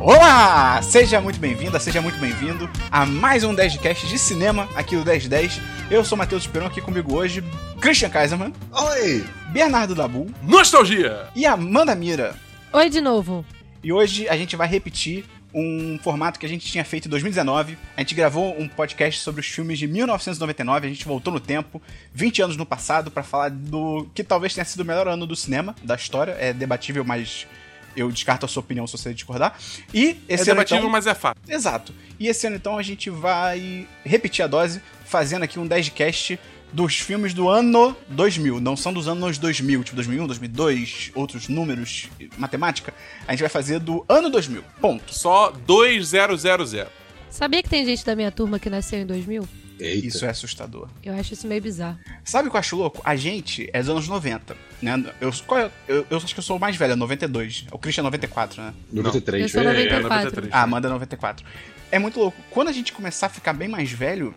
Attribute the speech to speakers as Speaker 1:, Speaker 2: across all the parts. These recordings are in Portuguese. Speaker 1: Olá! Seja muito bem-vinda, seja muito bem-vindo a mais um 10cast de cinema aqui do 1010. Eu sou Matheus Esperon, aqui comigo hoje Christian Kaiserman,
Speaker 2: Oi!
Speaker 1: Bernardo Dabu
Speaker 3: Nostalgia!
Speaker 1: e Amanda Mira.
Speaker 4: Oi de novo.
Speaker 1: E hoje a gente vai repetir um formato que a gente tinha feito em 2019. A gente gravou um podcast sobre os filmes de 1999, a gente voltou no tempo, 20 anos no passado, pra falar do que talvez tenha sido o melhor ano do cinema, da história. É debatível, mas eu descarto a sua opinião se você discordar. E esse
Speaker 3: é
Speaker 1: ano,
Speaker 3: debatível,
Speaker 1: então,
Speaker 3: mas é fato.
Speaker 1: Exato. E esse ano então a gente vai repetir a dose, fazendo aqui um 10cast dos filmes do ano 2000. Não são dos anos 2000, tipo 2001, 2002, outros números, matemática. A gente vai fazer do ano 2000. Ponto.
Speaker 3: Só 2000.
Speaker 4: Sabia que tem gente da minha turma que nasceu em 2000?
Speaker 2: Eita.
Speaker 1: Isso é assustador.
Speaker 4: Eu acho isso meio bizarro.
Speaker 1: Sabe o que eu acho louco? A gente é dos anos 90, né? Eu, qual é- eu, eu acho que eu sou o mais velho, é 92. O Christian é 94, né?
Speaker 2: 93.
Speaker 4: Eu sou
Speaker 2: é.
Speaker 4: 94.
Speaker 1: Ah, Amanda é 94. É muito louco. Quando a gente começar a ficar bem mais velho,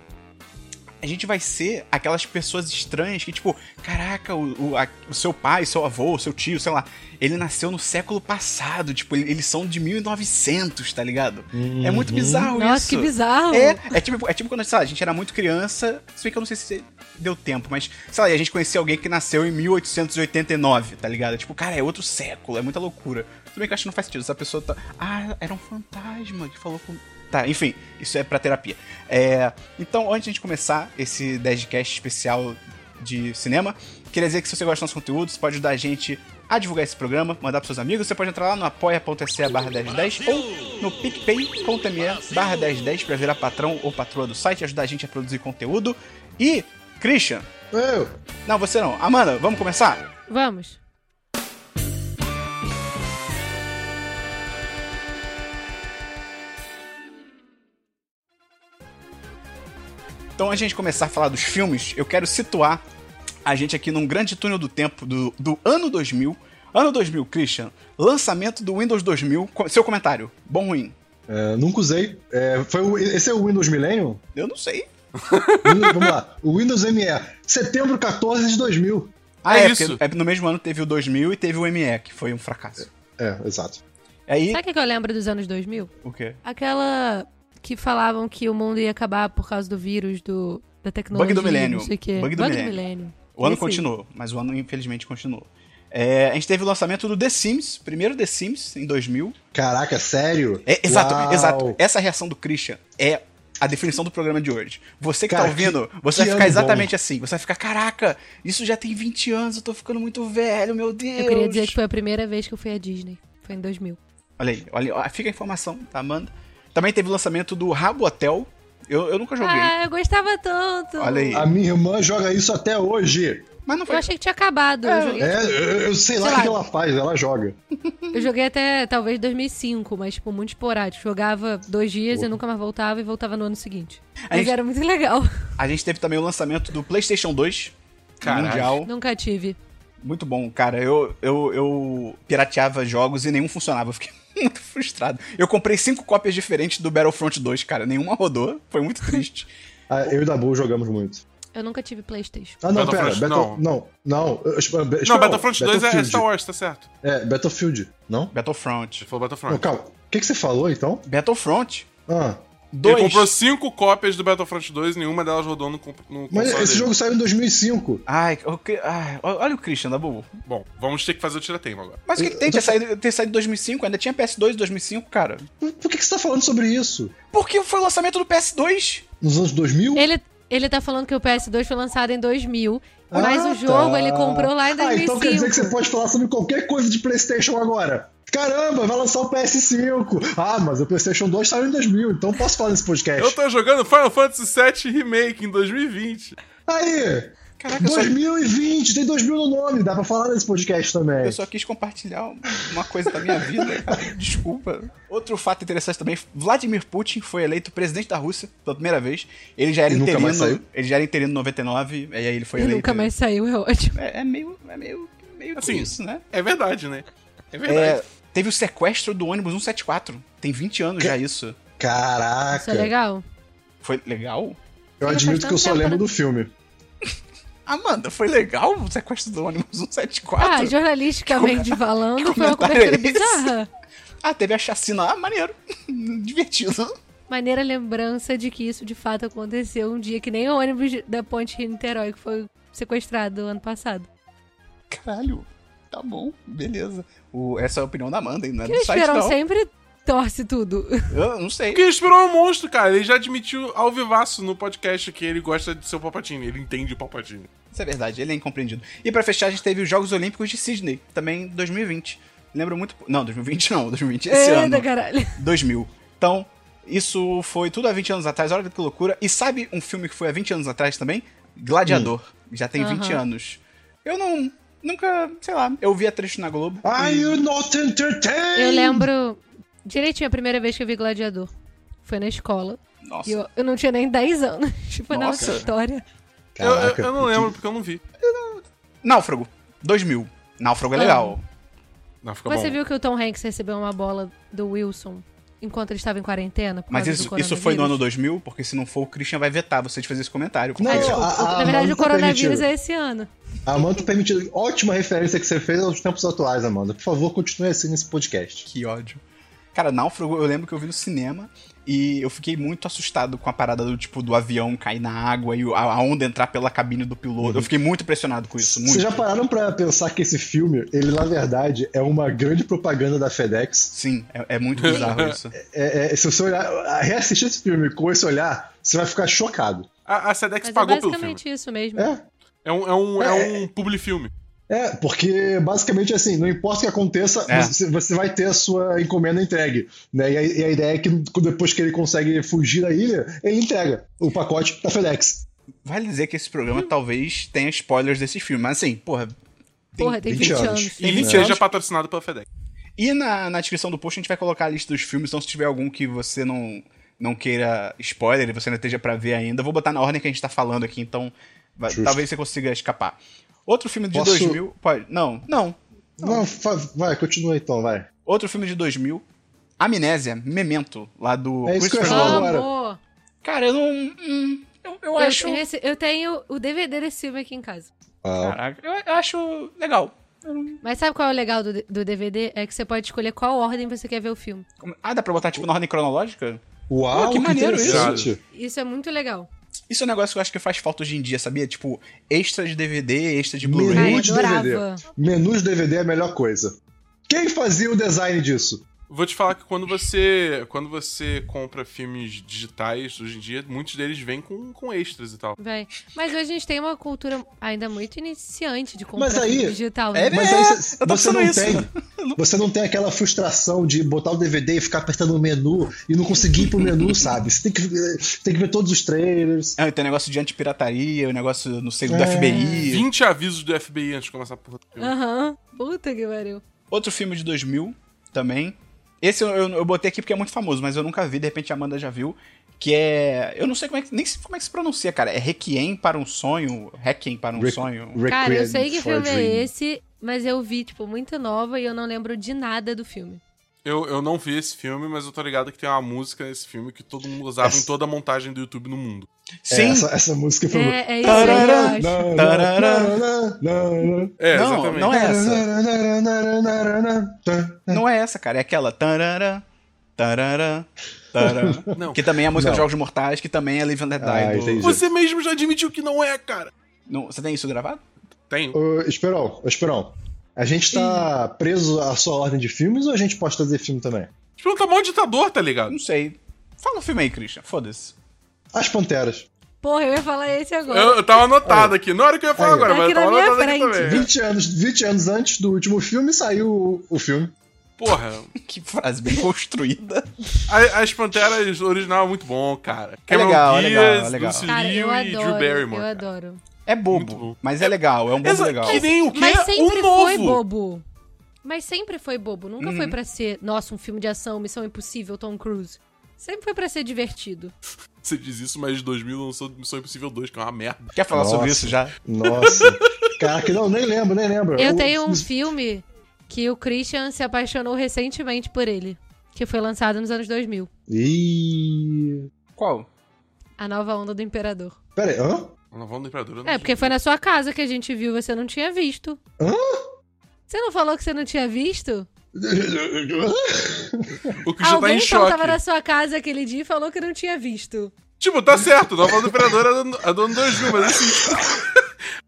Speaker 1: a gente vai ser aquelas pessoas estranhas que, tipo, caraca, o, o- a- o seu pai, seu avô, o seu tio, sei lá, ele nasceu no século passado. Tipo, ele- eles são de 1900, tá ligado? É muito bizarro
Speaker 4: Nossa,
Speaker 1: isso.
Speaker 4: que bizarro.
Speaker 1: É, é tipo, é tipo quando sei lá, a gente era muito criança, se bem que eu não sei se deu tempo, mas, sei lá, e a gente conhecia alguém que nasceu em 1889, tá ligado? É Tipo, cara, é outro século, é muita loucura. Tudo bem que eu acho que não faz sentido, essa pessoa tá... Ah, era um fantasma que falou com... Tá, enfim, isso é pra terapia. É, então, antes de a gente começar esse 10cast especial de cinema, queria dizer que se você gosta do nosso conteúdo, você pode ajudar a gente a divulgar esse programa, mandar pros seus amigos, você pode entrar lá no apoia.se barra 1010 ou no picpay.me barra 1010 pra virar patrão ou patroa do site, ajudar a gente a produzir conteúdo. E, Christian,
Speaker 2: É, Eu.
Speaker 1: não, você não, Amanda, vamos começar?
Speaker 4: Vamos.
Speaker 1: Então, antes de a gente começar a falar dos filmes, eu quero situar a gente aqui num grande túnel do tempo do, do ano 2000. Ano 2000, Christian, lançamento do Windows 2000, Co- seu comentário, bom ou ruim?
Speaker 2: É, nunca usei. É, foi o- esse é o Windows Millennium?
Speaker 1: Eu não sei.
Speaker 2: Windows- vamos lá. O Windows ME. Setembro 14 de 2000.
Speaker 1: Ah,
Speaker 3: É
Speaker 1: é,
Speaker 3: isso.
Speaker 1: porque, é, no mesmo ano teve o 2000 e teve o ME, que foi um fracasso.
Speaker 2: É, exato.
Speaker 1: Aí,
Speaker 4: Sabe o que que eu lembro dos anos 2000?
Speaker 1: o quê?
Speaker 4: Aquela que falavam que o mundo ia acabar por causa do vírus, do, da tecnologia,
Speaker 1: Bug do milênio.
Speaker 4: não sei o quê.
Speaker 1: Bug do milênio.
Speaker 4: milênio. assim,
Speaker 1: O ano
Speaker 4: Esse aí.
Speaker 1: continuou, mas o ano infelizmente continuou. É, a gente teve o lançamento do The Sims, primeiro The Sims em 2000.
Speaker 2: Caraca, sério?
Speaker 1: É, exato,
Speaker 2: Uau.
Speaker 1: exato. Essa reação do Christian é a definição do programa de hoje. Você que tá
Speaker 2: Cara, que-
Speaker 1: ouvindo, você vai
Speaker 2: que
Speaker 1: ficar
Speaker 2: ano bom.
Speaker 1: exatamente assim. Você vai ficar, caraca, isso já tem 20 anos, eu tô ficando muito velho, meu Deus.
Speaker 4: Eu queria dizer que foi a primeira vez que eu fui à Disney. Foi em 2000.
Speaker 1: Olha aí, olha, aí, ó, fica a informação, tá, Amanda? Também teve o lançamento do Rabo Hotel. Eu, eu nunca joguei,
Speaker 4: Ah, eu gostava tanto.
Speaker 1: Olha aí.
Speaker 2: A minha irmã joga isso até hoje.
Speaker 1: mas não
Speaker 4: Eu
Speaker 1: foi.
Speaker 4: achei que tinha acabado. Eu, joguei,
Speaker 2: É, eu, eu sei lá o
Speaker 4: Sei
Speaker 2: que,
Speaker 4: lá.
Speaker 2: que ela faz, ela joga.
Speaker 4: eu joguei até talvez 2005, mas tipo, muito esporádico. Jogava dois dias e nunca mais voltava e voltava no ano seguinte. Mas
Speaker 1: gente-
Speaker 4: era muito legal.
Speaker 1: A gente teve também o lançamento do PlayStation 2
Speaker 3: Caralho.
Speaker 1: mundial.
Speaker 4: Nunca tive.
Speaker 1: Muito bom, cara. Eu, eu, eu pirateava jogos e nenhum funcionava. Eu fiquei muito frustrado. Eu comprei cinco cópias diferentes do Battlefront 2, cara. Nenhuma rodou. Foi muito triste.
Speaker 2: Ah, eu e Dabu jogamos muito.
Speaker 4: Eu nunca tive Playstation.
Speaker 2: Ah, não, pera.
Speaker 3: Battlefront,
Speaker 2: Battle- não, não. eu- eu-
Speaker 3: Não,
Speaker 2: espera,
Speaker 3: Battlefront 2 é
Speaker 2: Battlefield.
Speaker 3: Star Wars, tá certo.
Speaker 2: É, Battlefield. Não?
Speaker 3: Você
Speaker 1: Battlefront.
Speaker 2: Não,
Speaker 3: falou Battlefront.
Speaker 2: calma. O que, que você falou, então?
Speaker 1: Battlefront
Speaker 2: Ah,
Speaker 3: Ele
Speaker 1: 2.
Speaker 3: comprou cinco cópias do Battlefront 2 e nenhuma delas rodou no, comp- no
Speaker 2: mas
Speaker 3: console
Speaker 2: esse
Speaker 3: dele.
Speaker 2: jogo saiu em 2005.
Speaker 1: Ai, o que- ai, ó- olha o Christian da Bubu.
Speaker 3: Bom, vamos ter que fazer o tirateima agora.
Speaker 1: Mas o que, que tem?
Speaker 2: Eu tô-
Speaker 1: Ter saído, ter saído em 2005? Ainda tinha PS2 em 2005, cara.
Speaker 2: Por por que, que você tá falando sobre isso?
Speaker 1: Porque foi o lançamento do PS2.
Speaker 2: Nos anos 2000?
Speaker 4: Ele, ele tá falando que o PS2 foi lançado em 2000, mas
Speaker 2: Ah,
Speaker 4: o jogo
Speaker 2: tá.
Speaker 4: ele comprou lá em
Speaker 2: Ah,
Speaker 4: 2005.
Speaker 2: então quer dizer que você pode falar sobre qualquer coisa de PlayStation agora. Caramba, vai lançar o PS5. Ah, mas o PlayStation 2 saiu em 2000, então posso falar nesse podcast.
Speaker 3: Eu tô jogando Final Fantasy VII Remake em 2020.
Speaker 2: Aí!
Speaker 1: Caraca, eu só,
Speaker 2: 2020, tem 2000 no nome, dá pra falar nesse podcast também.
Speaker 1: eu só quis compartilhar uma coisa da minha vida, cara. Desculpa. Outro fato interessante também, Vladimir Putin foi eleito presidente da Rússia pela primeira vez. Ele já era
Speaker 2: E nunca
Speaker 1: interino,
Speaker 2: mais saiu.
Speaker 1: ele já era interino em 99, e aí ele foi
Speaker 4: E
Speaker 1: eleito. né?
Speaker 4: nunca mais saiu, é ótimo.
Speaker 1: É, é meio, é meio, meio
Speaker 3: Assim,
Speaker 1: assim, isso, né?
Speaker 3: É verdade, né? É verdade.
Speaker 1: É, teve o sequestro do ônibus 174. Tem 20 anos já isso.
Speaker 4: Isso
Speaker 2: Caraca.
Speaker 4: é legal.
Speaker 1: Foi legal?
Speaker 2: Eu
Speaker 4: Faz
Speaker 2: admito
Speaker 4: tanto
Speaker 2: que eu só
Speaker 4: tempo,
Speaker 2: lembro
Speaker 4: né?
Speaker 2: do filme.
Speaker 1: Amanda, foi legal o sequestro do ônibus 174?
Speaker 4: Ah, jornalisticamente falando, foi uma
Speaker 1: comentário é
Speaker 4: cobertura
Speaker 1: esse?
Speaker 4: bizarra.
Speaker 1: Ah, teve a chacina. Ah, maneiro. Divertido.
Speaker 4: Maneira lembrança de que isso de fato aconteceu um dia que nem o ônibus da Ponte Rio-Niterói que foi sequestrado ano passado.
Speaker 1: Caralho. Tá bom, beleza. O- essa é a opinião da Amanda, hein? não é
Speaker 4: Que
Speaker 1: do
Speaker 4: o
Speaker 1: site,
Speaker 4: Esperão
Speaker 1: não.
Speaker 4: sempre torce tudo.
Speaker 1: Eu não sei.
Speaker 3: Porque o Esperon é um monstro, cara. Ele já admitiu ao vivaço no podcast que ele gosta de ser o Palpatine. Ele entende o Palpatine.
Speaker 1: Isso é verdade, ele é incompreendido. E pra fechar, a gente teve os Jogos Olímpicos de Sydney, também em 2020. Lembro muito. Não, 2020 não, 2020 esse
Speaker 4: Eita,
Speaker 1: ano.
Speaker 4: caralho.
Speaker 1: 2000. Então, isso foi tudo há 20 anos atrás, olha que loucura. E sabe um filme que foi há 20 anos atrás também? Gladiador. Já tem 20
Speaker 4: Hum. Aham.
Speaker 1: anos. Eu não. Nunca, sei lá, eu via trecho na Globo.
Speaker 4: Ah,
Speaker 2: Are you not entertained?
Speaker 4: Eu lembro direitinho a primeira vez que eu vi Gladiador. Foi na escola.
Speaker 1: Nossa.
Speaker 4: E eu, eu não tinha nem 10 anos. Tipo, na
Speaker 1: Nossa.
Speaker 4: história.
Speaker 3: Eu, eu-
Speaker 2: Caraca,
Speaker 3: eu não lembro porque eu não vi.
Speaker 1: Náufrago, 2000. Náufrago é
Speaker 4: Ah.
Speaker 1: legal.
Speaker 3: Não, fica
Speaker 4: Você
Speaker 3: bom.
Speaker 4: viu que o Tom Hanks recebeu uma bola do Wilson enquanto ele estava em quarentena? por
Speaker 1: Mas
Speaker 4: causa do
Speaker 1: isso, isso foi no ano
Speaker 4: coronavírus?
Speaker 1: 2000, porque se não for, o Christian vai vetar você de fazer esse comentário.
Speaker 2: Não,
Speaker 1: porque-
Speaker 2: a- a-
Speaker 4: tipo, Na verdade,
Speaker 2: Amanda
Speaker 4: o coronavírus
Speaker 2: permitiu.
Speaker 4: é esse ano.
Speaker 2: Amanda permitido. Ótima referência que você fez aos tempos atuais, Amanda. Por favor, continue assim nesse podcast.
Speaker 1: Que ódio. Cara, Náufrago, eu lembro que eu vi no cinema e eu fiquei muito assustado com a parada do tipo do avião cair na água e a a onda entrar pela cabine do piloto. Eu fiquei muito impressionado com isso, muito.
Speaker 2: Vocês Uhum. já pararam pra pensar que esse filme, ele na verdade é uma grande propaganda da FedEx?
Speaker 1: Sim, é, é muito bizarro isso.
Speaker 2: É, é, se você olhar, reassistir esse filme com esse olhar, você vai ficar chocado.
Speaker 3: A, a SEDEX
Speaker 4: Mas é
Speaker 3: pagou pelo filme.
Speaker 4: basicamente isso mesmo.
Speaker 2: É,
Speaker 3: É um, é um, é um publifilme.
Speaker 2: É, porque basicamente assim, não importa o que aconteça,
Speaker 1: É.
Speaker 2: você, você vai ter a sua encomenda entregue. Né? E, a, e a ideia é que depois que ele consegue fugir da ilha, ele entrega o pacote da FedEx.
Speaker 1: Vale dizer que esse programa talvez tenha spoilers desses filmes, mas assim, porra.
Speaker 4: Porra, tem 20,
Speaker 2: 20
Speaker 4: anos.
Speaker 2: anos.
Speaker 3: E
Speaker 1: Sim.
Speaker 3: seja patrocinado pela FedEx.
Speaker 1: E na, na descrição do post a gente vai colocar a lista dos filmes, então se tiver algum que você não, não queira spoiler e você não esteja pra ver ainda, eu vou botar na ordem que a gente tá falando aqui, então vai-
Speaker 2: Justo.
Speaker 1: talvez você consiga escapar. Outro filme de
Speaker 2: Posso-
Speaker 1: 2000. Pode. Não, não.
Speaker 2: Não, fa- vai, continua então, vai.
Speaker 1: Outro filme de 2000. Amnésia, Memento, lá do
Speaker 2: É isso que eu ia
Speaker 1: Christopher
Speaker 2: falar.
Speaker 1: Nolan.
Speaker 2: agora.
Speaker 4: Amor,
Speaker 1: Cara, eu não. hum, eu, eu
Speaker 4: eu,
Speaker 1: acho.
Speaker 4: esse- eu tenho o DVD desse filme aqui em casa.
Speaker 2: Ah,
Speaker 1: Caraca, eu, eu acho legal.
Speaker 4: Mas sabe qual é o legal do, do DVD? É que você pode escolher qual ordem você quer ver o filme.
Speaker 1: Como- Ah, dá pra botar tipo na ordem cronológica?
Speaker 2: uau,
Speaker 1: Pô, que
Speaker 2: que,
Speaker 1: maneiro isso.
Speaker 2: interessante.
Speaker 4: Isso é muito legal.
Speaker 1: Isso é um negócio que eu acho que faz falta hoje em dia, sabia? Tipo, extra de DVD, extra de
Speaker 4: Cara,
Speaker 1: Blu-ray.
Speaker 4: eu
Speaker 2: Menu de DVD.
Speaker 4: adorava.
Speaker 2: Menu de DVD é a melhor coisa. Quem fazia o design disso?
Speaker 3: Vou te falar que quando você quando você compra filmes digitais hoje em dia, muitos deles vêm com, com extras e tal.
Speaker 4: Vai. Mas hoje a gente tem uma cultura ainda muito iniciante de comprar
Speaker 2: Mas aí-
Speaker 4: filme digital. né?
Speaker 1: É,
Speaker 2: Mas aí cê-
Speaker 1: eu tô
Speaker 2: você não
Speaker 1: pensando
Speaker 2: tem.
Speaker 1: isso.
Speaker 2: Você não tem aquela frustração de botar o DVD e ficar apertando o menu e não conseguir ir pro menu, sabe? Você tem que, tem que ver todos os trailers.
Speaker 1: Ah, tem um negócio de antipirataria, o um negócio, não sei, do
Speaker 2: É.
Speaker 1: FBI.
Speaker 3: 20 avisos do FBI antes de começar a porra do filme.
Speaker 4: Aham. Puta que pariu.
Speaker 1: Outro filme de 2000 também. Esse eu, eu, eu botei aqui porque é muito famoso, mas eu nunca vi, de repente a Amanda já viu. Que é. Eu não sei como é que. Nem sei como é que se pronuncia, cara. É Requiem para um sonho? Requiem para um
Speaker 2: Re-
Speaker 1: sonho?
Speaker 2: Requiem
Speaker 4: Cara, eu sei que
Speaker 2: for a
Speaker 4: filme é
Speaker 2: Dream.
Speaker 4: esse, mas eu vi, tipo, muito nova e eu não lembro de nada do filme.
Speaker 3: Eu, eu não vi esse filme, mas eu tô ligado que tem uma música nesse filme que todo mundo usava em toda a montagem do YouTube no mundo.
Speaker 2: É,
Speaker 1: Sim!
Speaker 2: Essa, essa música foi.
Speaker 4: É, é isso aí, eu acho.
Speaker 2: Não,
Speaker 1: Tarará.
Speaker 2: não, não, não, não.
Speaker 3: É,
Speaker 1: Não,
Speaker 3: exatamente.
Speaker 1: não é essa.
Speaker 2: Tarará, tarará, tarará, tarará.
Speaker 1: Não é essa, cara. É aquela. Tarará, tarará, tarará.
Speaker 3: Não.
Speaker 1: Que também é a música
Speaker 2: Não.
Speaker 1: dos Jogos Mortais, que também é Live and Let Die.
Speaker 2: Ah,
Speaker 1: do-
Speaker 2: entendi.
Speaker 3: Você mesmo já admitiu que não é, cara.
Speaker 1: Não, você tem isso gravado?
Speaker 3: Tem.
Speaker 2: Ô, Esperão, ô, Esperão. A gente tá preso à sua ordem de filmes ou a gente pode trazer filme também?
Speaker 3: Tipo, tá mó ditador, tá ligado?
Speaker 1: Não sei. Fala o filme aí, Christian. Foda-se.
Speaker 2: As Panteras.
Speaker 4: Porra, eu ia falar esse agora.
Speaker 3: Eu, eu tava anotado aqui. Não era o que eu ia falar
Speaker 2: Aí.
Speaker 3: agora,
Speaker 4: Tá
Speaker 3: mas eu
Speaker 4: aqui
Speaker 3: tava
Speaker 4: na minha
Speaker 3: anotado aqui
Speaker 4: frente.
Speaker 3: também.
Speaker 2: 20 anos, 20 anos antes do último filme saiu o, o filme.
Speaker 3: Porra,
Speaker 1: Que frase bem construída.
Speaker 3: a- as Panteras original é muito bom, cara. Cameron
Speaker 1: legal, é
Speaker 3: Diaz,
Speaker 1: legal, é legal.
Speaker 3: Lucy
Speaker 4: Cara, eu
Speaker 3: Liu e
Speaker 4: adoro.
Speaker 3: Drew Barrymore.
Speaker 4: eu
Speaker 3: cara.
Speaker 4: adoro.
Speaker 1: É
Speaker 3: Muito
Speaker 1: bobo,
Speaker 3: bom.
Speaker 1: mas é legal. É um bobo
Speaker 3: Exa-
Speaker 1: legal.
Speaker 3: Que nem o que?
Speaker 4: Mas sempre
Speaker 3: o é um novo. Uhum.
Speaker 4: foi bobo. Mas sempre foi bobo. Nunca foi pra ser, nossa, um filme de ação, Missão Impossível, Tom Cruise. Sempre foi pra ser divertido.
Speaker 3: Você diz isso, mas 2000 lançou Missão Impossível 2, que é uma merda.
Speaker 1: Quer falar sobre
Speaker 2: Nossa.
Speaker 1: isso já?
Speaker 2: Nossa. Caraca, não, nem lembro, nem lembro.
Speaker 4: Eu
Speaker 2: O-
Speaker 4: tenho um filme que o Christian se apaixonou recentemente por ele, que foi lançado nos anos 2000.
Speaker 2: Ih.
Speaker 1: Qual?
Speaker 4: A Nova Onda do Imperador.
Speaker 2: Pera aí, hã?
Speaker 3: A Nova Onda Imperadora. eu não
Speaker 4: É,
Speaker 3: sei.
Speaker 4: porque foi na sua casa que a gente viu, você não tinha visto.
Speaker 2: Hã?
Speaker 4: Você não falou que você não tinha visto?
Speaker 3: O que já tá
Speaker 4: Alguém
Speaker 3: em
Speaker 4: que
Speaker 3: choque.
Speaker 4: tava na sua casa aquele dia e falou que não tinha visto.
Speaker 3: Tipo, tá certo, Nova do Predador é do- é do ano 2000, mas assim.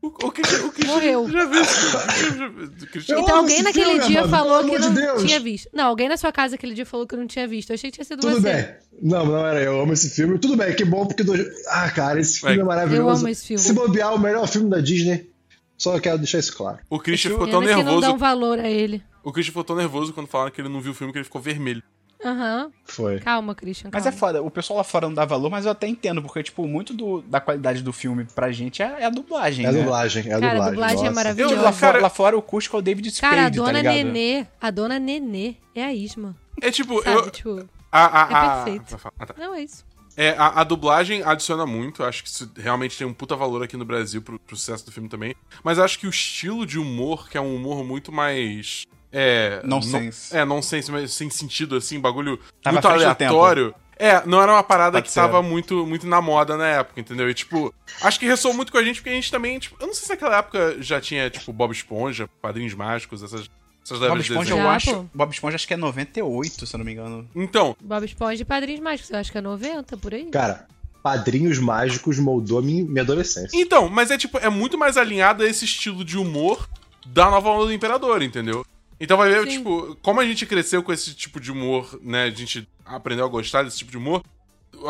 Speaker 3: o, o que o que
Speaker 4: Morreu.
Speaker 3: já viu isso? O que já viu? O que já-
Speaker 2: Eu
Speaker 4: Então
Speaker 2: amo
Speaker 4: alguém
Speaker 2: esse
Speaker 4: naquele
Speaker 2: filme,
Speaker 4: dia
Speaker 2: mano,
Speaker 4: falou
Speaker 2: pelo
Speaker 4: que
Speaker 2: amor de
Speaker 4: não
Speaker 2: Deus.
Speaker 4: tinha visto. Não, alguém na sua casa aquele dia falou que não tinha visto. Eu achei que tinha sido
Speaker 2: Tudo
Speaker 4: você.
Speaker 2: bem. Não, não era eu. Eu amo esse filme. Tudo bem, que bom, porque. dois- Ah, cara, esse filme
Speaker 3: Vai.
Speaker 2: é maravilhoso.
Speaker 4: Eu amo esse filme.
Speaker 2: Se bobear, é o melhor filme da Disney. Só quero deixar isso claro.
Speaker 3: O Christian ficou
Speaker 4: Pena
Speaker 3: tão
Speaker 4: que não
Speaker 3: nervoso.
Speaker 4: dão valor a ele.
Speaker 3: O Christian ficou tão nervoso quando falaram que ele não viu o filme que ele ficou vermelho.
Speaker 4: Aham.
Speaker 2: Foi.
Speaker 4: Calma, Christian.
Speaker 1: Mas é
Speaker 4: calma.
Speaker 1: foda, o pessoal lá fora não dá valor, mas eu até entendo, porque, tipo, muito do- da qualidade do filme pra gente é, é a dublagem.
Speaker 2: É a
Speaker 1: né?
Speaker 2: dublagem. É a
Speaker 4: Cara, a
Speaker 2: dublagem.
Speaker 4: dublagem é
Speaker 2: nossa.
Speaker 4: maravilhosa.
Speaker 1: Eu, lá,
Speaker 3: Cara-
Speaker 1: fora, lá fora, o Cusco é o David Spade,
Speaker 4: Cara, a
Speaker 1: tá
Speaker 4: dona
Speaker 1: ligado?
Speaker 4: Nenê, a dona Nenê é a Isma.
Speaker 3: É tipo,
Speaker 4: Sabe?
Speaker 3: eu.
Speaker 4: Tipo,
Speaker 3: A, a,
Speaker 4: é
Speaker 3: a-
Speaker 4: perfeito.
Speaker 3: Ah, tá.
Speaker 4: não é isso.
Speaker 3: É, a, a dublagem adiciona muito, acho que isso realmente tem um puta valor aqui no Brasil pro, pro sucesso do filme também. Mas acho que o estilo de humor, que é um humor muito mais. É.
Speaker 1: Nonsense.
Speaker 3: não- é, nonsense, mas sem sentido, assim, bagulho
Speaker 1: Tava
Speaker 3: muito
Speaker 1: à frente do
Speaker 3: aleatório. É, não era uma parada que
Speaker 1: Parceiro.
Speaker 3: tava muito, muito na moda na época, entendeu? E, tipo, acho que ressoou muito com a gente, porque a gente também, tipo, eu não sei se naquela época já tinha, tipo, Bob Esponja, Padrinhos Mágicos, essas, essas
Speaker 1: Bob
Speaker 3: levas de
Speaker 1: Esponja, é
Speaker 3: desenho.
Speaker 1: eu
Speaker 4: Já,
Speaker 1: acho.
Speaker 4: pô.
Speaker 1: Bob Esponja acho que é 98, se eu não me engano.
Speaker 3: Então,
Speaker 4: Bob Esponja e Padrinhos Mágicos, eu acho que é 90, por aí.
Speaker 2: Cara, Padrinhos Mágicos moldou a minha, minha adolescência.
Speaker 3: Então, mas é tipo, é muito mais alinhado a esse estilo de humor da nova onda do Imperador, entendeu? Então vai ver,
Speaker 4: Sim.
Speaker 3: tipo, como a gente cresceu com esse tipo de humor, né? A gente aprendeu a gostar desse tipo de humor.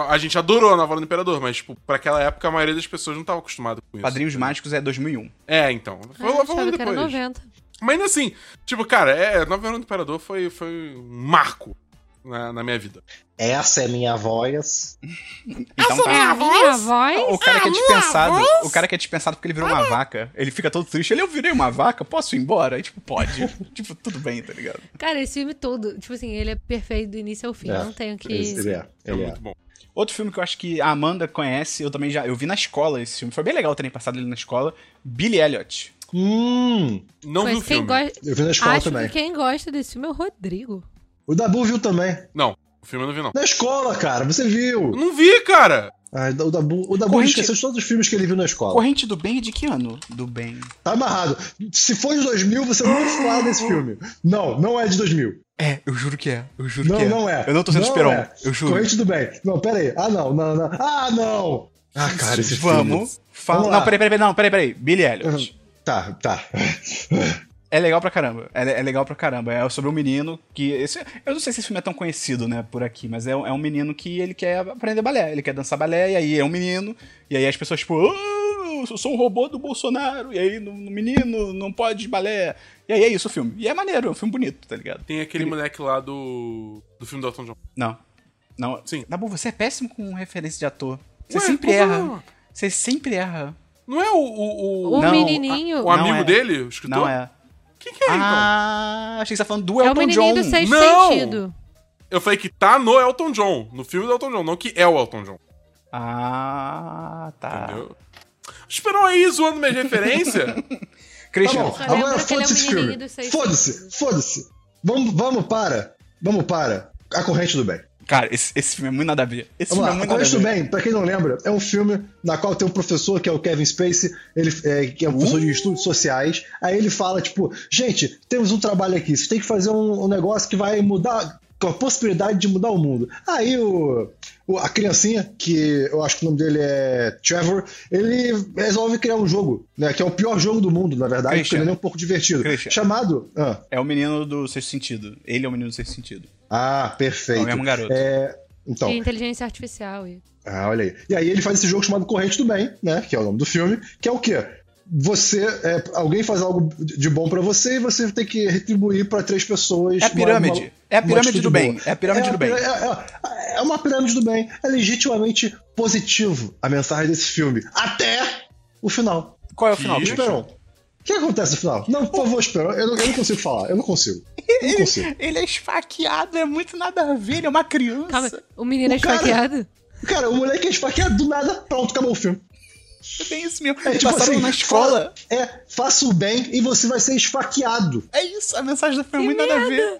Speaker 3: A gente adorou a nova onda do Imperador, mas, tipo, pra aquela época a maioria das pessoas não tava acostumada com isso.
Speaker 1: Padrinhos Mágicos é 2001.
Speaker 3: É, então.
Speaker 4: Ah,
Speaker 3: Foi
Speaker 4: eu
Speaker 3: lá foi
Speaker 4: achava
Speaker 3: logo
Speaker 4: que era
Speaker 3: depois.
Speaker 4: 90.
Speaker 3: Mas ainda assim, tipo, cara, é, Nova Onda do Imperador foi, foi um marco na, na minha vida.
Speaker 2: Essa é minha voz.
Speaker 1: Então tá.
Speaker 4: É, a minha voz?
Speaker 1: O cara que é dispensado, o cara que é dispensado porque ele virou uma vaca, ele fica todo triste. Ele, eu virei uma vaca, posso ir embora? E, tipo, pode. tipo, tudo bem, tá ligado?
Speaker 4: Cara, esse filme todo, tipo assim, ele é perfeito do início ao fim.
Speaker 2: É,
Speaker 4: Não tenho que.
Speaker 2: Ele ele é.
Speaker 3: É
Speaker 2: Ele é.
Speaker 3: muito bom.
Speaker 1: Outro filme que eu acho que a Amanda conhece, eu também já, eu vi na escola esse filme, foi bem legal terem passado ele na escola, Billy Elliot.
Speaker 2: Hum,
Speaker 3: Não
Speaker 4: Mas
Speaker 3: viu o
Speaker 4: quem
Speaker 3: filme.
Speaker 4: gosta-
Speaker 2: eu vi na escola
Speaker 4: Acho
Speaker 2: também.
Speaker 4: que quem gosta desse filme é o Rodrigo.
Speaker 2: O Dabu viu também.
Speaker 3: Não, o filme eu não vi, não.
Speaker 2: Na escola, cara, você
Speaker 3: Eu
Speaker 2: viu.
Speaker 3: não vi, cara!
Speaker 2: Ai, o Dabu, o Dabu
Speaker 1: Corrente-
Speaker 2: esqueceu de todos os filmes que ele viu na escola.
Speaker 1: Corrente do Bem é de que ano? Do Bem.
Speaker 2: Tá amarrado. Se for de 2000, você é não vai falar desse filme. Não, não é de 2000.
Speaker 1: É, eu juro que é, eu juro
Speaker 2: Não,
Speaker 1: que é.
Speaker 2: não é.
Speaker 1: Eu não tô sendo esperon,
Speaker 2: é.
Speaker 1: eu juro.
Speaker 2: Corrente do bem. Não, pera aí. Ah, não, não, não. Ah, não! Ah, cara, esse filme.
Speaker 1: Vamos. Fala...
Speaker 2: Vamos lá.
Speaker 1: não, peraí, peraí, peraí, não, peraí, peraí. Billy Elliot.
Speaker 2: Tá, tá.
Speaker 1: É legal pra caramba. É, é legal pra caramba. É sobre um menino que. esse- eu não sei se esse filme é tão conhecido, né, por aqui, mas é, um- é um menino que ele quer aprender balé. Ele quer dançar balé, e aí é um menino, e aí as pessoas, tipo, "Ah, eu sou um robô do Bolsonaro, e aí no, no menino não pode balé. E aí é isso o filme. E é maneiro, é um filme bonito, tá ligado?
Speaker 3: Tem aquele moleque lá do. do filme do Elton John.
Speaker 1: Não. Não.
Speaker 3: Sim.
Speaker 1: Dabu, você é péssimo com referência de ator. Você
Speaker 3: Ué,
Speaker 1: sempre
Speaker 3: qual é o
Speaker 1: erra.
Speaker 3: problema?
Speaker 1: Você sempre erra.
Speaker 3: Não é o. O, o-
Speaker 4: O
Speaker 1: Não,
Speaker 4: menininho.
Speaker 3: o amigo
Speaker 1: é.
Speaker 3: dele? O escritor?
Speaker 1: Não é.
Speaker 3: Quem que é,
Speaker 1: Ah, achei que você tá falando do
Speaker 4: É o
Speaker 1: Elton
Speaker 4: menininho
Speaker 1: John.
Speaker 4: do sexto
Speaker 3: Não!
Speaker 4: sentido.
Speaker 3: então? Eu falei que tá no Elton John. No filme do Elton John, não que é o Elton John.
Speaker 1: Ah, tá.
Speaker 3: Entendeu? Esperou aí zoando minha referência?
Speaker 2: Tá
Speaker 1: Christian,
Speaker 2: bom,
Speaker 4: Só
Speaker 2: agora
Speaker 4: lembra que ele é
Speaker 2: foda-se
Speaker 4: o
Speaker 2: esse
Speaker 4: menininho
Speaker 2: filme.
Speaker 4: dos seis
Speaker 2: Foda-se,
Speaker 4: filhos.
Speaker 2: foda-se. Vamos, vamos, para. Vamos, para. A Corrente do Bem.
Speaker 1: cara, esse, esse filme é muito nada a ver. Esse filme
Speaker 2: Vamos lá.
Speaker 1: é
Speaker 2: A
Speaker 1: muito nada a
Speaker 2: Corrente do
Speaker 1: ver.
Speaker 2: Bem, pra quem não lembra, é um filme na qual tem um professor que é o Kevin Spacey, ele, é, que é um professor
Speaker 1: Uh!
Speaker 2: de estudos sociais. Aí ele fala, tipo, gente, temos um trabalho aqui, vocês têm que fazer um, um negócio que vai mudar, com a possibilidade de mudar o mundo. Aí o, o- a criancinha, que eu acho que o nome dele é Trevor, ele resolve criar um jogo, né? Que é o pior jogo do mundo, na verdade, porque
Speaker 1: Christian. né?
Speaker 2: ele é um pouco divertido.
Speaker 1: Christian.
Speaker 2: Chamado. Ah,
Speaker 1: É o menino do sexto sentido. Ele é o menino do sexto sentido.
Speaker 2: ah,
Speaker 1: É
Speaker 2: perfeito.
Speaker 1: o mesmo garoto.
Speaker 2: É, então,
Speaker 4: E inteligência artificial. E...
Speaker 2: Ah, olha aí. E aí ele faz esse jogo chamado Corrente do Bem, né? Que é o nome do filme, que é o quê? Você. é, alguém faz algo de bom pra você e você tem que retribuir pra três pessoas.
Speaker 1: É a pirâmide. É a pirâmide
Speaker 2: atitude
Speaker 1: do bem.
Speaker 2: boa.
Speaker 1: É a pirâmide
Speaker 2: uma
Speaker 1: do bem.
Speaker 2: pira- É, é- é uma pirâmide do bem. É legitimamente positivo a mensagem desse filme. Até o final.
Speaker 1: Qual é o
Speaker 3: Que
Speaker 1: final?
Speaker 3: isso?
Speaker 1: Christian?
Speaker 2: Esperon. O que acontece no final? Não, por favor, Esperon. Eu não, eu não consigo falar. Eu não consigo. Eu não consigo.
Speaker 1: Ele é esfaqueado, é muito nada a ver, ele é uma criança.
Speaker 4: Calma, o menino é
Speaker 2: O cara-
Speaker 4: esfaqueado?
Speaker 2: Cara, o moleque é esfaqueado do nada. Pronto, acabou o filme.
Speaker 1: Tem isso mesmo.
Speaker 2: É,
Speaker 1: Eles passaram na escola.
Speaker 2: fa- É, faça o bem e você vai ser esfaqueado.
Speaker 1: É isso, a mensagem do filme é muito nada a ver.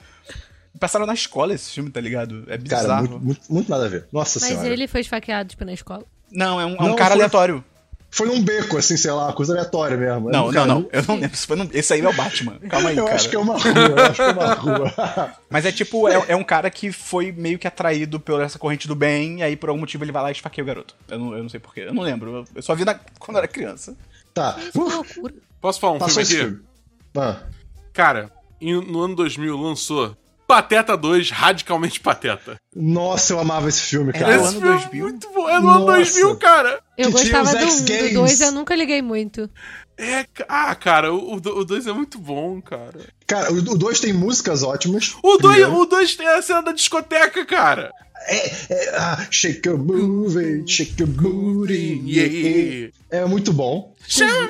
Speaker 1: Passaram na escola esse filme, tá ligado? É bizarro.
Speaker 2: Cara, muito, muito- muito nada a ver. Nossa
Speaker 4: Mas
Speaker 2: senhora.
Speaker 4: ele foi esfaqueado, tipo, na escola.
Speaker 1: Não, é um, é um
Speaker 2: Não,
Speaker 1: cara
Speaker 2: foi-
Speaker 1: aleatório.
Speaker 2: Foi num beco, assim, sei lá, coisa aleatória mesmo.
Speaker 1: Não,
Speaker 2: Cara,
Speaker 1: não, não. Eu não lembro. se foi num- Esse aí é o Batman. Calma aí,
Speaker 2: Eu
Speaker 1: cara.
Speaker 2: acho que é uma rua, eu acho que é uma rua.
Speaker 1: Mas é tipo, é, é um cara que foi meio que atraído por essa corrente do bem, e aí por algum motivo ele vai lá e esfaqueia o garoto. Eu não, eu não sei porquê. Eu não lembro. Eu- Eu só vi na- quando eu era criança.
Speaker 2: tá.
Speaker 4: Isso é uma
Speaker 2: Uh,
Speaker 4: loucura.
Speaker 3: Posso falar um
Speaker 2: passou esse
Speaker 3: filme aqui?
Speaker 2: filme. Ah,
Speaker 3: Cara, em- no ano 2000 lançou Pateta 2, Radicalmente Pateta.
Speaker 2: nossa, eu amava esse filme,
Speaker 1: É
Speaker 2: cara.
Speaker 1: do
Speaker 3: Esse
Speaker 1: ano
Speaker 3: filme
Speaker 1: 2000?
Speaker 3: é muito bom. É no ano
Speaker 2: Nossa.
Speaker 3: 2000, cara.
Speaker 4: Eu
Speaker 2: Que tinha
Speaker 4: gostava
Speaker 2: os
Speaker 4: do
Speaker 2: X
Speaker 4: 1, do
Speaker 2: Games.
Speaker 4: 2 eu nunca liguei muito.
Speaker 3: É, ca- ah, cara, o 2 é muito bom, cara.
Speaker 2: Cara, o 2 tem músicas ótimas.
Speaker 3: O
Speaker 2: Primeiro.
Speaker 3: 2 tem a cena da discoteca, cara.
Speaker 2: É, é, ah, shake your movie, shake your booty. yeah, yeah. É muito bom.
Speaker 3: Chama-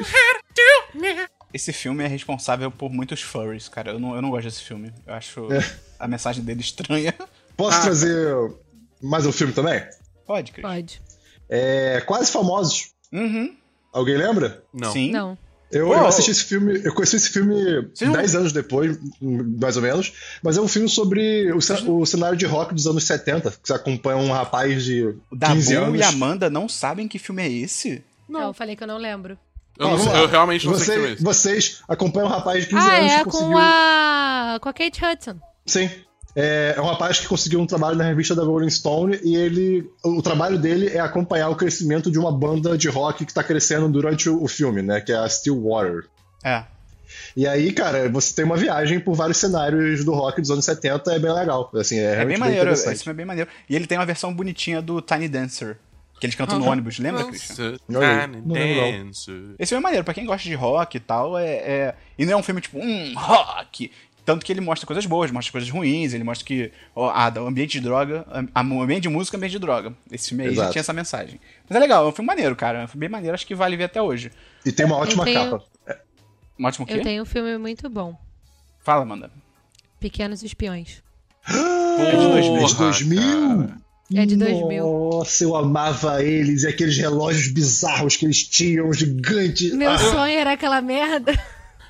Speaker 1: Esse filme é responsável por muitos furries, cara. Eu não, eu não gosto desse filme. Eu acho
Speaker 2: É.
Speaker 1: a mensagem dele estranha.
Speaker 2: Posso
Speaker 3: Ah.
Speaker 2: trazer mais um filme também?
Speaker 1: Pode, Cris.
Speaker 4: Pode.
Speaker 2: É, Quase Famosos.
Speaker 1: Uhum.
Speaker 2: Alguém lembra?
Speaker 3: Não.
Speaker 1: Sim.
Speaker 4: Não.
Speaker 2: Eu,
Speaker 1: Pô.
Speaker 2: eu assisti esse filme, eu conheci esse filme
Speaker 1: Vocês não-
Speaker 2: 10 anos depois, hum, mais ou menos, mas é um filme sobre o, cen- o cenário de rock dos anos 70, que você acompanha um rapaz de
Speaker 1: O
Speaker 2: 15
Speaker 1: Dabu
Speaker 2: anos.
Speaker 1: e Amanda não sabem que filme é esse?
Speaker 4: Não, eu falei que eu não lembro.
Speaker 3: Eu, não
Speaker 2: Ó, vamos
Speaker 3: sei-
Speaker 2: lá.
Speaker 3: eu realmente não sei o que é
Speaker 2: Você,
Speaker 3: isso.
Speaker 2: vocês acompanham um rapaz de 15
Speaker 4: Ah,
Speaker 2: anos
Speaker 4: é
Speaker 2: que conseguiu...
Speaker 4: com a. com a Kate Hudson.
Speaker 2: Sim. É, é um rapaz que conseguiu um trabalho na revista da Rolling Stone e ele. O trabalho dele é acompanhar o crescimento de uma banda de rock que tá crescendo durante o, o filme, né? Que é a Stillwater.
Speaker 1: É.
Speaker 2: E aí, cara, você tem uma viagem por vários cenários do rock dos anos 70, é bem legal. Assim, é,
Speaker 1: É
Speaker 2: realmente
Speaker 1: bem maneiro. Esse
Speaker 2: interessante.
Speaker 1: filme é bem maneiro. E ele tem uma versão bonitinha do Tiny Dancer, que eles cantam no
Speaker 3: Aham.
Speaker 1: ônibus. Lembra, Christian?
Speaker 2: Não lembro.
Speaker 3: Tiny
Speaker 2: Não lembro,
Speaker 3: Dancer.
Speaker 1: Esse filme é maneiro, pra quem gosta de rock e tal, é, é- E não é um filme tipo, hum, rock! Tanto que ele mostra coisas boas, mostra coisas ruins, ele mostra que. ó, ah, o ambiente de droga. A, a- o ambiente de música é ambiente de droga. Esse filme aí já
Speaker 2: Exato.
Speaker 1: tinha essa mensagem. Mas é legal, é um filme maneiro, cara. É um filme bem maneiro, acho que vale ver até hoje.
Speaker 2: E tem uma ótima
Speaker 4: tenho-
Speaker 2: capa.
Speaker 1: Um ótimo
Speaker 4: Eu
Speaker 1: quê?
Speaker 4: tenho um filme muito bom.
Speaker 1: Fala, Amanda.
Speaker 4: Pequenos Espiões.
Speaker 1: É de 2000.
Speaker 2: De
Speaker 3: Ah,
Speaker 2: 2000?
Speaker 4: É de 2000.
Speaker 2: Nossa, eu amava eles e aqueles relógios bizarros que eles tinham, gigantes.
Speaker 4: Meu
Speaker 2: Ah,
Speaker 4: sonho era aquela merda.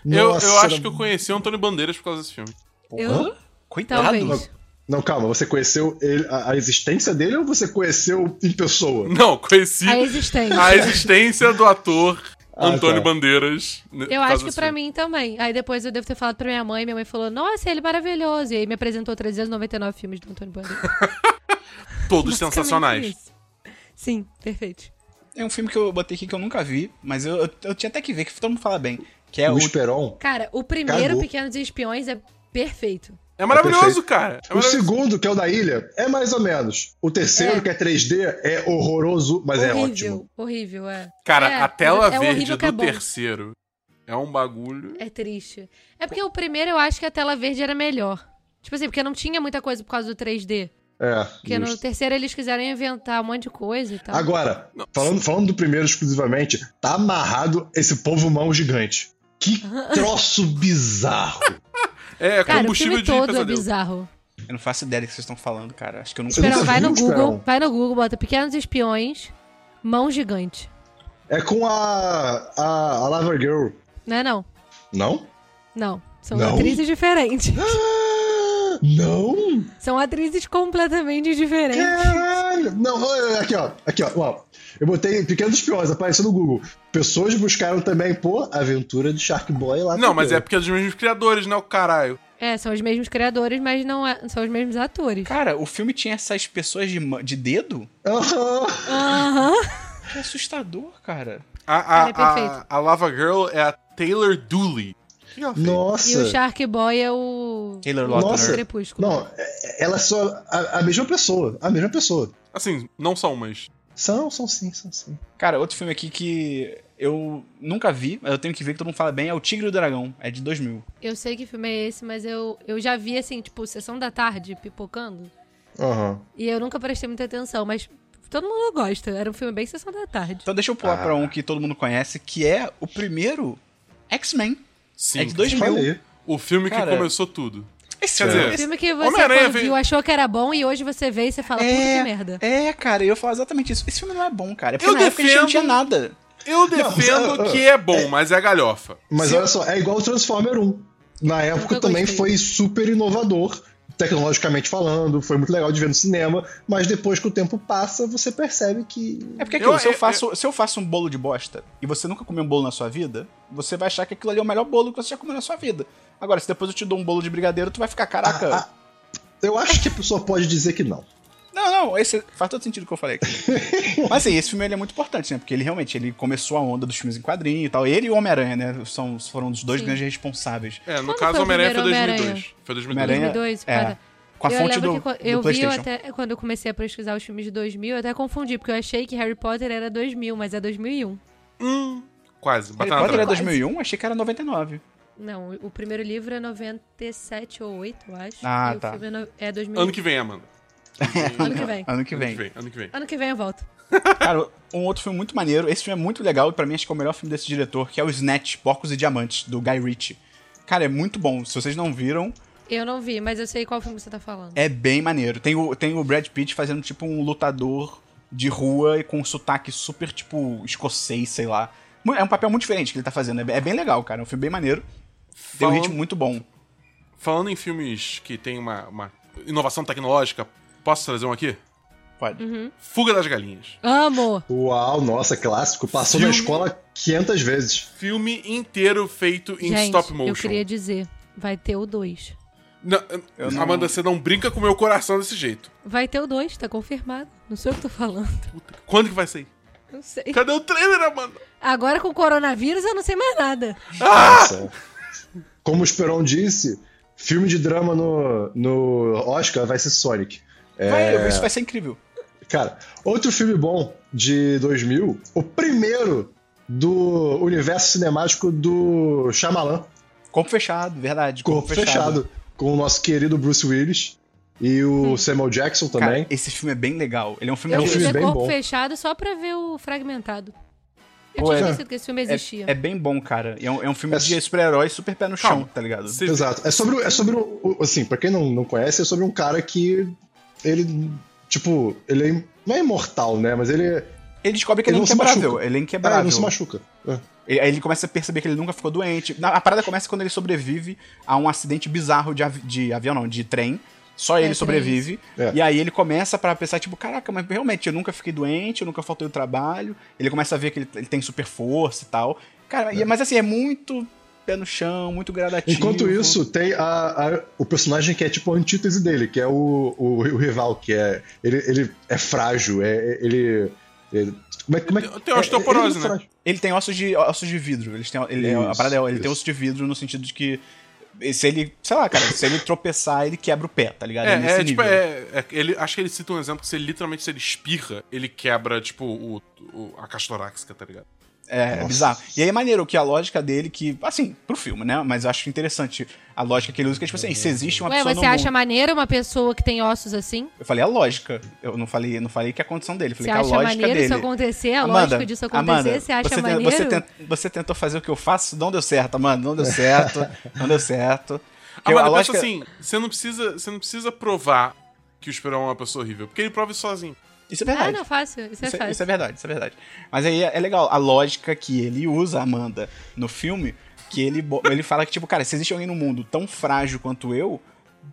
Speaker 3: Eu,
Speaker 2: nossa,
Speaker 3: eu acho
Speaker 2: era-
Speaker 3: que eu conheci o Antônio Bandeiras por causa desse filme.
Speaker 4: Eu?
Speaker 1: Coitado.
Speaker 4: Talvez.
Speaker 2: Não, calma, você conheceu ele- a, a existência dele ou você conheceu em pessoa?
Speaker 3: Não, conheci
Speaker 4: A existência.
Speaker 3: a existência do ator
Speaker 2: Ah,
Speaker 3: Antônio
Speaker 2: tá.
Speaker 3: Bandeiras. né, por
Speaker 4: Eu
Speaker 3: causa
Speaker 4: acho que
Speaker 3: desse
Speaker 4: pra
Speaker 3: filme.
Speaker 4: mim também. Aí depois eu devo ter falado pra minha mãe, minha mãe falou: "Nossa, ele é maravilhoso". E aí me apresentou 399 filmes do Antônio Bandeiras.
Speaker 3: Todos
Speaker 4: é Basicamente
Speaker 3: sensacionais.
Speaker 4: isso. Sim, perfeito.
Speaker 1: É um filme que eu botei aqui que eu nunca vi, mas eu, eu, eu tinha até que ver, que todo mundo fala bem. Que é o.
Speaker 2: Luiz Peron.
Speaker 4: Cara, o primeiro
Speaker 2: Cagou.
Speaker 4: Pequenos Espiões é perfeito.
Speaker 3: É maravilhoso,
Speaker 2: perfeito.
Speaker 3: cara. É
Speaker 2: O
Speaker 3: maravilhoso.
Speaker 2: segundo, que é o da ilha, é mais ou menos. O terceiro,
Speaker 4: É.
Speaker 2: que é 3D, é horroroso, mas é
Speaker 4: horrível,
Speaker 2: ótimo.
Speaker 4: horrível, é.
Speaker 3: Cara,
Speaker 4: É,
Speaker 3: a tela
Speaker 4: é horrível
Speaker 3: verde
Speaker 4: que é
Speaker 3: do
Speaker 4: bom.
Speaker 3: terceiro é um bagulho.
Speaker 4: É triste. É porque o primeiro eu acho que a tela verde era melhor. Tipo assim, porque não tinha muita coisa por causa do 3D.
Speaker 2: É.
Speaker 4: Porque no
Speaker 2: justo.
Speaker 4: terceiro eles quiseram inventar um monte de coisa e tal.
Speaker 2: Agora,
Speaker 3: Não.
Speaker 2: falando, falando do primeiro exclusivamente, tá amarrado esse povo mão gigante. Que troço bizarro.
Speaker 3: É,
Speaker 4: Cara, o
Speaker 3: combustível
Speaker 4: filme
Speaker 3: de
Speaker 4: todo é
Speaker 3: pesadelo.
Speaker 4: bizarro.
Speaker 1: Eu não faço ideia do que vocês estão falando, cara. Acho que eu nunca
Speaker 2: Você
Speaker 1: vi.
Speaker 4: Esperão,
Speaker 2: nunca
Speaker 4: vai
Speaker 2: viu,
Speaker 4: no Google,
Speaker 2: Esperão?
Speaker 4: vai no Google, bota Pequenos Espiões, Mão Gigante.
Speaker 2: É com a. a, a Lava Girl,
Speaker 4: Não é não?
Speaker 2: não?
Speaker 4: Não. São
Speaker 2: Não?
Speaker 4: atrizes diferentes.
Speaker 2: Ah, Não!
Speaker 4: São atrizes completamente diferentes.
Speaker 2: Caralho! Não, olha, aqui ó, aqui ó, ó. Eu botei Pequenos Espiões, apareceu no Google. Pessoas buscaram também, pô, Aventura de Shark Boy lá.
Speaker 3: Não, mas é
Speaker 2: também.
Speaker 3: porque é dos mesmos criadores, né, o caralho.
Speaker 4: É, são os mesmos criadores, mas não é- são os mesmos atores.
Speaker 1: Cara, o filme tinha essas pessoas de, ma- de dedo?
Speaker 3: é
Speaker 2: Aham.
Speaker 4: Aham.
Speaker 1: Que assustador, cara.
Speaker 3: A,
Speaker 4: Cara,
Speaker 3: a,
Speaker 4: é perfeito.
Speaker 3: a, a Lava Girl é a Taylor Dooley. O que ela fez?
Speaker 4: Uhum. E o
Speaker 2: Nossa!
Speaker 4: Shark Boy é o.
Speaker 1: Taylor
Speaker 4: o
Speaker 1: Lautner.
Speaker 2: Nossa.
Speaker 4: Crepúsculo.
Speaker 2: Não, é- ela é só. A, a mesma pessoa. A mesma pessoa.
Speaker 3: Assim, não são, mas.
Speaker 2: São, são sim, são sim.
Speaker 1: Cara, outro filme aqui que eu nunca vi, mas eu tenho que ver que todo mundo fala bem, é O Tigre e o Dragão. É de 2000.
Speaker 4: Eu sei que filme é esse, mas eu, eu já vi, assim, tipo, sessão da tarde, pipocando.
Speaker 2: Aham.
Speaker 4: E eu nunca prestei muita atenção, mas todo mundo gosta. Era um filme bem sessão da tarde.
Speaker 1: Então deixa eu pular
Speaker 3: Ah.
Speaker 1: pra um que todo mundo conhece, que é o primeiro X-Men.
Speaker 3: Sim.
Speaker 1: É de 2000.
Speaker 2: Olha aí.
Speaker 3: O filme
Speaker 1: Cara.
Speaker 3: que começou tudo.
Speaker 1: Esse
Speaker 3: Quer
Speaker 1: filme-
Speaker 3: dizer,
Speaker 4: Um
Speaker 1: esse-
Speaker 4: filme que você
Speaker 3: Homem-Aranha
Speaker 4: quando
Speaker 3: veio-
Speaker 4: viu, achou que era bom e hoje você vê e você fala, puta que merda.
Speaker 1: É, cara, eu ia falar exatamente isso. Esse filme não é bom, cara. É porque
Speaker 3: Eu
Speaker 1: na época a gente não
Speaker 3: defendo-
Speaker 1: tinha nada.
Speaker 3: Eu defendo
Speaker 2: mas, ah,
Speaker 3: que é bom, mas é galhofa.
Speaker 2: Mas olha só, é igual o Transformer 1. Na época
Speaker 4: Nunca
Speaker 2: também
Speaker 4: gostei.
Speaker 2: foi super inovador. tecnologicamente falando, foi muito legal de ver no cinema, mas depois que o tempo passa, você percebe que.
Speaker 1: É porque aquilo,
Speaker 3: Eu-
Speaker 1: se, eu
Speaker 3: eu-
Speaker 1: faço, se eu faço um bolo de bosta e você nunca comeu um bolo na sua vida, você vai achar que aquilo ali é o melhor bolo que você já comeu na sua vida. Agora, se depois eu te dou um bolo de brigadeiro, tu vai ficar, caraca.
Speaker 2: Ah, ah, eu acho que a pessoa pode dizer que não.
Speaker 1: Não, não, esse faz todo sentido o que eu falei aqui. Mas assim, esse filme ele é muito importante, né? Porque ele realmente ele começou a onda dos filmes em quadrinho e tal. Ele e o Homem-Aranha, né? São, foram os dois
Speaker 4: Sim.
Speaker 1: grandes responsáveis.
Speaker 3: É, no
Speaker 4: Quando
Speaker 3: caso,
Speaker 4: foi o
Speaker 3: Homem-Aranha foi
Speaker 4: primeiro
Speaker 3: 2002. Foi 2002.
Speaker 1: Homem-Aranha-
Speaker 4: 2002,
Speaker 1: é,
Speaker 4: cara.
Speaker 1: Com a
Speaker 4: eu
Speaker 1: fonte
Speaker 4: lembro
Speaker 1: do,
Speaker 4: que quan-
Speaker 1: do
Speaker 4: eu vi eu
Speaker 1: PlayStation.
Speaker 4: até quando eu comecei a pesquisar os filmes de 2000, eu até confundi, porque eu achei que Harry Potter era 2000, mas é 2001.
Speaker 3: Hum, quase.
Speaker 1: Harry
Speaker 3: Bateu na
Speaker 1: Potter é
Speaker 3: trave.
Speaker 1: 2001, achei que era 99.
Speaker 4: Não, o primeiro livro é 97 ou 8, eu acho.
Speaker 1: Ah,
Speaker 4: e
Speaker 1: tá.
Speaker 4: O filme é no- é 2000.
Speaker 3: Ano que vem, Amanda.
Speaker 4: Ano que
Speaker 1: Ano
Speaker 4: vem.
Speaker 1: que
Speaker 3: Ano que
Speaker 1: vem.
Speaker 3: vem, ano que vem.
Speaker 4: Ano que vem eu volto.
Speaker 1: Cara, um outro filme muito maneiro. Esse filme é muito legal e pra mim acho que é o melhor filme desse diretor, que é o Snatch, Porcos e Diamantes, do Guy Ritchie. Cara, é muito bom. Se vocês não viram,
Speaker 4: Eu não vi, mas eu sei qual filme você tá falando.
Speaker 1: é bem maneiro. Tem o, tem o Brad Pitt fazendo tipo um lutador de rua e com um sotaque super, tipo, escocês, sei lá. Mu- É um papel muito diferente que ele tá fazendo. É bem- É bem legal, cara. É um filme bem maneiro. Tem um
Speaker 3: Falando-
Speaker 1: ritmo muito bom.
Speaker 3: Falando em filmes que tem uma, uma inovação tecnológica, posso trazer um aqui?
Speaker 1: Pode.
Speaker 3: Fuga das Galinhas.
Speaker 4: Amo!
Speaker 2: Uau, nossa, é clássico. Passou na
Speaker 3: Filme.
Speaker 2: escola 500 vezes.
Speaker 3: Filme inteiro feito em
Speaker 4: Gente,
Speaker 3: stop motion.
Speaker 4: eu queria dizer, vai ter o 2.
Speaker 3: Não,
Speaker 1: Eu não-
Speaker 3: Amanda, você não brinca com o meu coração desse jeito.
Speaker 4: Vai ter o 2, tá confirmado. Não sei o que eu tô falando.
Speaker 3: Puta, quando que vai sair?
Speaker 4: Não sei.
Speaker 3: Cadê o trailer, Amanda?
Speaker 4: Agora com o coronavírus eu não sei mais nada.
Speaker 2: Nossa. Como o Esperon disse, filme de drama no, no Oscar vai ser Sonic. É.
Speaker 1: Vai, isso vai ser incrível.
Speaker 2: Cara, outro filme bom de 2000, o primeiro do universo cinemático do Shyamalan,
Speaker 1: Corpo fechado, verdade.
Speaker 2: Corpo Fechado, com o nosso querido Bruce Willis e o Samuel Jackson
Speaker 1: Cara,
Speaker 2: também.
Speaker 1: esse filme é bem legal. Ele é um filme
Speaker 2: É
Speaker 4: eu
Speaker 2: um
Speaker 1: de-
Speaker 4: fui
Speaker 2: filme
Speaker 4: ver
Speaker 2: bem
Speaker 4: corpo
Speaker 2: bom.
Speaker 4: fechado só pra ver o fragmentado. Eu
Speaker 1: Pô,
Speaker 4: tinha
Speaker 1: é-
Speaker 4: esquecido que esse filme existia.
Speaker 1: É, é bem bom, cara. E É um, é um filme
Speaker 2: É
Speaker 1: de super-herói super pé no chão,
Speaker 3: Calma.
Speaker 1: tá ligado?
Speaker 3: Você-
Speaker 2: Exato. É sobre, o- é sobre o, o- assim, pra quem não, não conhece, é sobre um cara que ele, tipo, ele é im- não é imortal, né? Mas ele, é-
Speaker 1: Ele descobre que ele,
Speaker 2: Ele
Speaker 1: é
Speaker 2: não se
Speaker 1: inquebrável.
Speaker 2: machuca.
Speaker 1: Ele é
Speaker 2: ah, ele
Speaker 1: inquebrável.
Speaker 2: não se machuca. É.
Speaker 1: Ele- aí ele começa a perceber que ele nunca ficou doente. Na- a parada começa quando ele sobrevive a um acidente bizarro de, avi- de avião, não, de trem. Só ele
Speaker 4: trem.
Speaker 1: sobrevive.
Speaker 2: É.
Speaker 1: E aí ele começa pra pensar, tipo, caraca, mas realmente eu nunca fiquei doente, eu nunca faltei o trabalho. Ele começa a ver que ele, ele tem super força e tal. Cara, e- mas assim, é muito pé no chão, muito gradativo.
Speaker 2: Enquanto
Speaker 3: um
Speaker 2: isso, tem a, a- o personagem que é tipo a antítese dele, que é o, o, o rival, que é. Ele, ele é frágil, é, ele. ele- como é, como é,
Speaker 3: Tem osteoporose,
Speaker 2: é- ele é
Speaker 3: né?
Speaker 2: frágil.
Speaker 1: Ele tem ossos de, ossos de vidro. Eles têm, ele, a
Speaker 2: Isso,
Speaker 1: parada é, ele
Speaker 2: isso.
Speaker 1: tem ossos de vidro no sentido de que se ele, sei lá, cara, se ele tropeçar, ele quebra o pé, tá ligado? nesse
Speaker 3: É, é, tipo,
Speaker 1: nível.
Speaker 3: é, é- ele, acho que ele cita um exemplo que se ele, literalmente, se ele espirra, ele quebra, tipo, o, o- a caixa torácica, tá ligado?
Speaker 1: É,
Speaker 2: Nossa.
Speaker 1: é bizarro. E aí é maneiro que a lógica dele, que, assim, pro filme, né? Mas eu acho interessante a lógica que ele usa, que é tipo assim, se existe uma
Speaker 4: Ué,
Speaker 1: pessoa
Speaker 4: mas
Speaker 1: no
Speaker 4: você
Speaker 1: mundo-
Speaker 4: acha maneiro uma pessoa que tem ossos assim?
Speaker 1: Eu falei a lógica. Eu não falei, não falei que é a condição dele. eu
Speaker 4: Você
Speaker 1: Falei que a
Speaker 4: acha
Speaker 1: lógica
Speaker 4: maneiro
Speaker 1: dele.
Speaker 4: isso acontecer? É A
Speaker 1: Amanda,
Speaker 4: lógica disso acontecer,
Speaker 1: Amanda,
Speaker 4: você acha
Speaker 1: você ten-
Speaker 4: maneiro?
Speaker 1: você, ten- você tentou fazer o que eu faço, não deu certo, Amanda. Não deu certo, não deu certo. Porque
Speaker 3: Amanda,
Speaker 1: a lógica...
Speaker 3: pensa assim, você não, precisa, você não precisa provar que o Esperão é uma pessoa horrível, porque ele prova isso sozinho.
Speaker 1: Isso é
Speaker 4: Ah,
Speaker 1: verdade.
Speaker 4: não, fácil. Isso é
Speaker 1: Isso é,
Speaker 4: fácil.
Speaker 1: isso é verdade, isso é verdade. Mas aí é é legal a lógica que ele usa, Amanda, no filme, que ele, bo- ele fala que, tipo, cara, se existe alguém no mundo tão frágil quanto eu,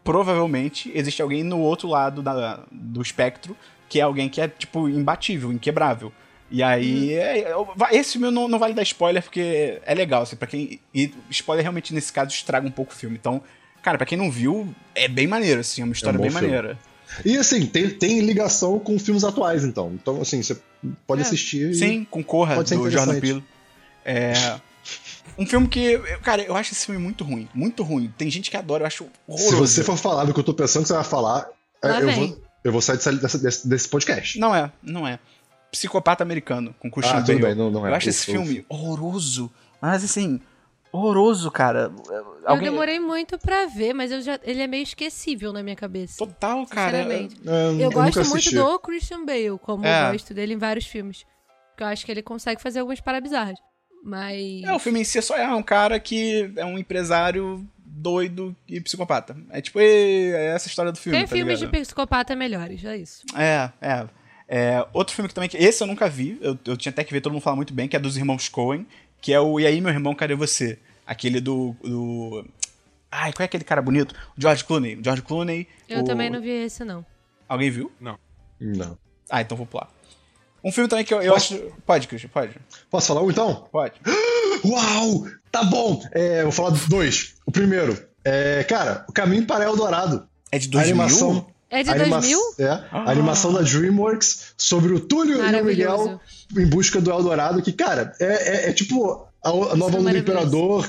Speaker 1: provavelmente existe alguém no outro lado da- do espectro que é alguém que é, tipo, imbatível, inquebrável. E
Speaker 4: Uhum.
Speaker 1: aí, é- é- eu- vai- esse filme eu não, não vale dar spoiler, porque é legal, assim, pra quem... E spoiler realmente, nesse caso, estraga um pouco o filme. Então, cara, pra quem não viu, é bem maneiro, assim, é uma história
Speaker 2: um bom
Speaker 1: bem
Speaker 2: filme.
Speaker 1: maneira.
Speaker 2: E assim, tem, tem ligação com filmes atuais, então. Então, assim, você pode
Speaker 4: É.
Speaker 2: assistir. e-
Speaker 1: Sim, com Corra,
Speaker 2: Pode ser
Speaker 1: do Jordan
Speaker 2: interessante.
Speaker 1: Peele. É... Um filme que... eu- Cara, eu acho esse filme muito ruim. Muito ruim. Tem gente que adora, eu acho
Speaker 2: Se
Speaker 1: horroroso.
Speaker 2: você for falar do que eu tô pensando que você vai falar, é,
Speaker 4: Lá
Speaker 2: eu,
Speaker 4: vem.
Speaker 2: vou, eu vou sair dessa- dessa- desse, desse podcast.
Speaker 1: Não é, não é. Psicopata Americano, com Christian
Speaker 2: ah, tudo
Speaker 1: Bale.
Speaker 2: bem, não, não é.
Speaker 1: eu acho esse filme horroroso. Mas, assim, horroroso, cara. É, Alguém-
Speaker 4: Eu demorei muito pra ver, mas eu já... ele é meio esquecível na minha cabeça.
Speaker 1: Total, cara.
Speaker 4: sinceramente.
Speaker 2: É, eu,
Speaker 4: Eu, gosto
Speaker 2: nunca
Speaker 4: muito
Speaker 2: assisti.
Speaker 4: do Christian Bale, como
Speaker 1: É.
Speaker 4: eu gosto dele em vários filmes. Porque eu acho que ele consegue fazer algumas paradas bizarras. Mas.
Speaker 1: É, o filme em si é só é um cara que é um empresário doido e psicopata. É tipo, e- é essa a história do filme,
Speaker 4: Tem
Speaker 1: tá
Speaker 4: filmes de
Speaker 1: ligado?
Speaker 4: psicopata melhores, é isso.
Speaker 1: É, é. É, outro filme que também. que- Esse eu nunca vi, eu, eu tinha até que ver, todo mundo fala muito bem, que é dos irmãos Coen, que é o E aí, meu irmão, cadê você? Aquele do. do Ai, qual é aquele cara bonito? O George Clooney. O George Clooney.
Speaker 4: Eu
Speaker 1: o-
Speaker 4: também não vi esse, não.
Speaker 1: Alguém viu?
Speaker 2: Não.
Speaker 1: Ah, então vou pular. Um filme também que eu, eu
Speaker 2: Posso-
Speaker 1: acho. Pode, Christian, pode.
Speaker 2: Posso falar um então?
Speaker 1: Pode.
Speaker 2: Uau! Tá bom! É, vou falar dos dois. O primeiro, é, cara, O Caminho para Eldorado.
Speaker 1: É de
Speaker 2: A
Speaker 1: 2000?
Speaker 2: animação.
Speaker 4: É de
Speaker 2: a anima-
Speaker 4: 2000?
Speaker 2: É,
Speaker 1: Ah.
Speaker 2: a animação da DreamWorks sobre o Túlio e o Miguel
Speaker 4: Maravilhoso.
Speaker 2: em busca do Eldorado, que, cara, é, é- é tipo a, o- a nova onda do
Speaker 4: é maravilhoso.
Speaker 2: Imperador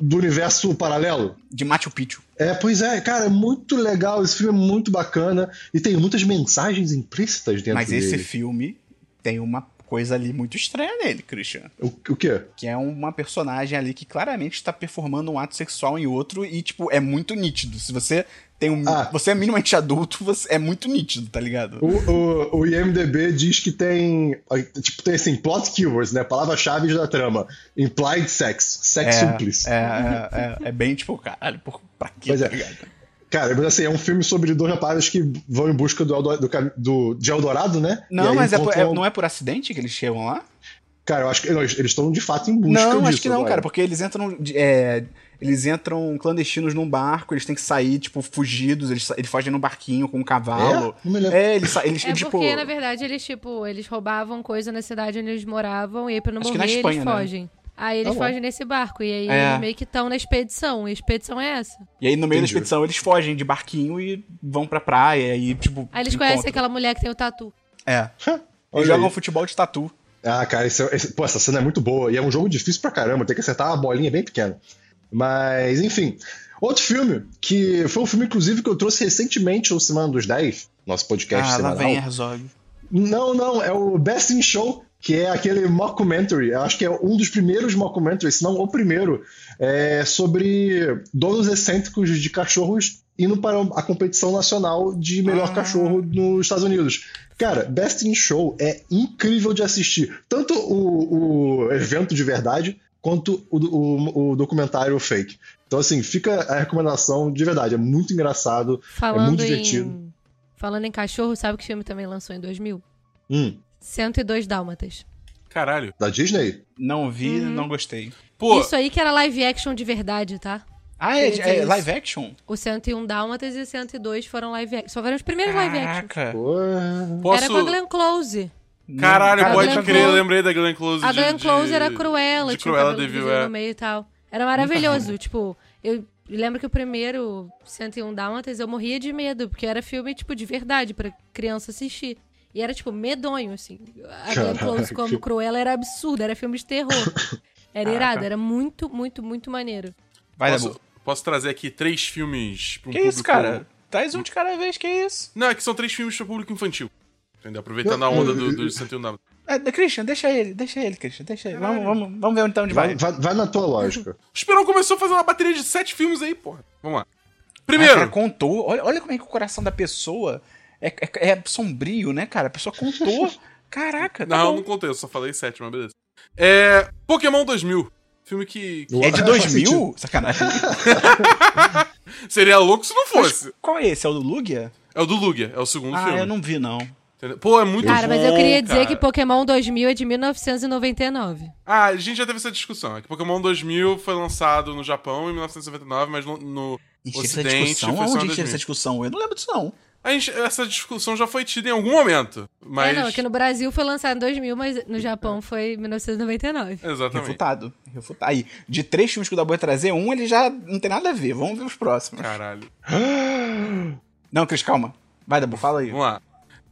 Speaker 2: do universo paralelo.
Speaker 1: De Machu Picchu.
Speaker 2: É, pois é, cara, é muito legal, esse filme é muito bacana e tem muitas mensagens implícitas dentro
Speaker 1: Mas esse
Speaker 2: dele.
Speaker 1: filme tem uma coisa ali muito estranha nele, Christian.
Speaker 2: O, o quê?
Speaker 1: Que é uma personagem ali que claramente está performando um ato sexual em outro e, tipo, é muito nítido. Se você tem um.
Speaker 2: Ah.
Speaker 1: Você é minimamente adulto, você é muito nítido, tá ligado?
Speaker 2: O, o, o IMDB diz que tem, tipo, tem assim, plot keywords, né, palavras-chave da trama, implied sex,
Speaker 1: É,
Speaker 2: sex simples.
Speaker 1: é, é, é, é bem tipo, caralho, por, pra quê?
Speaker 2: Pois é.
Speaker 1: tá ligado?
Speaker 2: Cara, mas assim, é um filme sobre dois rapazes que vão em busca do, Eldo- do, cam- do- de Eldorado, né? E
Speaker 1: Não,
Speaker 2: aí
Speaker 1: mas é por- é-
Speaker 2: encontram-
Speaker 1: não é por acidente que eles chegam lá?
Speaker 2: Cara, eu acho que não, eles eles estão de fato em busca
Speaker 1: Não,
Speaker 2: disso.
Speaker 1: acho que não,
Speaker 2: agora.
Speaker 1: cara, porque eles entram. de- é, eles entram clandestinos num barco, eles têm que sair, tipo, fugidos, eles, sa- eles fogem num barquinho com um cavalo.
Speaker 2: É? Não me lembro.
Speaker 1: É, eles, sa- eles
Speaker 4: É
Speaker 1: tipo.
Speaker 4: porque, na verdade, eles, tipo, eles roubavam coisa na cidade onde eles moravam e aí pra não
Speaker 1: Acho que
Speaker 4: morrer,
Speaker 1: na Espanha,
Speaker 4: eles
Speaker 1: né?
Speaker 4: fogem. Aí eles
Speaker 2: Tá bom.
Speaker 4: fogem nesse barco e aí
Speaker 1: É.
Speaker 4: eles meio que estão na expedição. E a expedição é essa.
Speaker 1: E aí no meio
Speaker 2: Entendi.
Speaker 1: da expedição eles fogem de barquinho e vão pra praia, e aí, tipo.
Speaker 4: Aí Ah, eles
Speaker 1: encontram.
Speaker 4: conhecem aquela mulher que tem o tatu.
Speaker 1: É.
Speaker 2: Olha
Speaker 1: Eles jogam
Speaker 2: aí.
Speaker 1: futebol de tatu.
Speaker 2: Ah, cara, esse, esse- pô, essa cena é muito boa. E é um jogo difícil pra caramba, tem que acertar uma bolinha bem pequena. Mas, enfim. Outro filme, que foi um filme, inclusive, que eu trouxe recentemente no Semana dos 10, nosso podcast
Speaker 1: ah, lá
Speaker 2: semanal.
Speaker 1: vem Herzog.
Speaker 2: Não, não, é o Best in Show, que é aquele mockumentary. Eu acho que é um dos primeiros mockumentaries, se não o primeiro, é sobre donos excêntricos de cachorros indo para a competição nacional de melhor
Speaker 1: Ah.
Speaker 2: cachorro nos Estados Unidos. Cara, Best in Show é incrível de assistir. Tanto o, o evento de verdade, quanto o, do- o- o documentário fake. Então, assim, fica a recomendação de verdade. É muito engraçado.
Speaker 4: Falando
Speaker 2: muito
Speaker 4: em.
Speaker 2: divertido.
Speaker 4: Falando em cachorro, sabe que o filme também lançou em 2000?
Speaker 2: Hum,
Speaker 4: 102 Dálmatas.
Speaker 3: Caralho.
Speaker 2: da Disney?
Speaker 1: Não vi,
Speaker 4: Uhum.
Speaker 1: não gostei.
Speaker 3: Pô,
Speaker 4: Isso aí que era live action de verdade, tá?
Speaker 1: Ah, é,
Speaker 4: Quer
Speaker 1: é
Speaker 4: dizer
Speaker 1: live action?
Speaker 4: O 101 Dálmatas e o 102 foram live action. Só foram os primeiros live action.
Speaker 1: Caraca.
Speaker 2: Ué.
Speaker 3: posso.
Speaker 4: Era com a Glenn Close.
Speaker 3: Caralho,
Speaker 1: Cara,
Speaker 3: pode
Speaker 4: Glenn
Speaker 3: crer,
Speaker 4: Close-
Speaker 3: lembrei da Glenn Close.
Speaker 4: A
Speaker 3: de-
Speaker 4: Glenn Close
Speaker 3: de-
Speaker 4: era tipo, cruela,
Speaker 3: de
Speaker 4: tinha o
Speaker 3: Cruella
Speaker 4: cabelo
Speaker 3: de Vil,
Speaker 4: lisinho
Speaker 3: é.
Speaker 4: no meio e tal. Era maravilhoso, tipo, eu lembro que o primeiro 101 Dálmatas eu morria de medo, porque era filme, tipo, de verdade, pra criança assistir. E era, tipo, medonho, assim. A Glenn
Speaker 2: Caraca.
Speaker 4: Close como Cruella era absurda, era filme de terror. Era
Speaker 1: Caraca.
Speaker 4: irado, era muito, muito, muito maneiro.
Speaker 1: Vai, Dabu.
Speaker 3: posso, posso trazer aqui três filmes pra um
Speaker 1: Que
Speaker 3: público.
Speaker 1: isso, cara? Traz um de cada vez, que isso?
Speaker 3: Não, é que são três filmes pro público infantil. Entendeu? Aproveitando a onda do, um do 101 Dálmatas.
Speaker 1: É, Christian, deixa ele, deixa ele, Christian, deixa ele. Vamos, vamos, vamos ver então onde vai.
Speaker 2: Vai, vai- vai na tua lógica.
Speaker 3: O Esperão começou a fazer uma bateria de sete filmes aí, porra. Vamos lá.
Speaker 1: Ah,
Speaker 3: Primeiro,
Speaker 1: cara, contou. Olha, olha como é que o coração da pessoa é, é- é sombrio, né, cara? A pessoa contou. Caraca, tá
Speaker 3: Não,
Speaker 1: bom.
Speaker 3: não contei, eu só falei sete, mas beleza. É. Pokémon 2000. Filme que. que
Speaker 1: É de
Speaker 2: Faz
Speaker 1: 2000? Sacanagem.
Speaker 3: Seria louco se não
Speaker 1: Mas
Speaker 3: fosse.
Speaker 1: qual é esse? É o do Lugia?
Speaker 3: É o do Lugia, é o segundo
Speaker 1: Ah,
Speaker 3: filme.
Speaker 1: eu não vi, não.
Speaker 3: entendeu? Pô, é muito
Speaker 4: Cara,
Speaker 3: bom.
Speaker 4: mas eu queria dizer que
Speaker 3: cara.
Speaker 4: Pokémon 2000 é de 1999.
Speaker 3: Ah, a gente já teve essa discussão. É que Pokémon 2000 foi lançado no Japão em 1999, mas no. no
Speaker 1: Encheu essa
Speaker 3: Ocidente
Speaker 1: discussão?
Speaker 3: foi só em
Speaker 1: Onde encheu
Speaker 3: 2000.
Speaker 1: essa discussão? Eu não lembro disso, não.
Speaker 3: A gente- essa discussão já foi tida em algum momento. Mas.
Speaker 4: É, não, aqui no Brasil foi lançado em 2000, mas no Japão foi 1999.
Speaker 3: Exatamente.
Speaker 1: Refutado. Refutado. Aí, de três filmes que o Dabu ia trazer, um ele já não tem nada a ver. Vamos ver os próximos.
Speaker 3: Caralho.
Speaker 1: Não, Cris, calma. Vai, Dabu, fala aí.
Speaker 3: Vamos lá.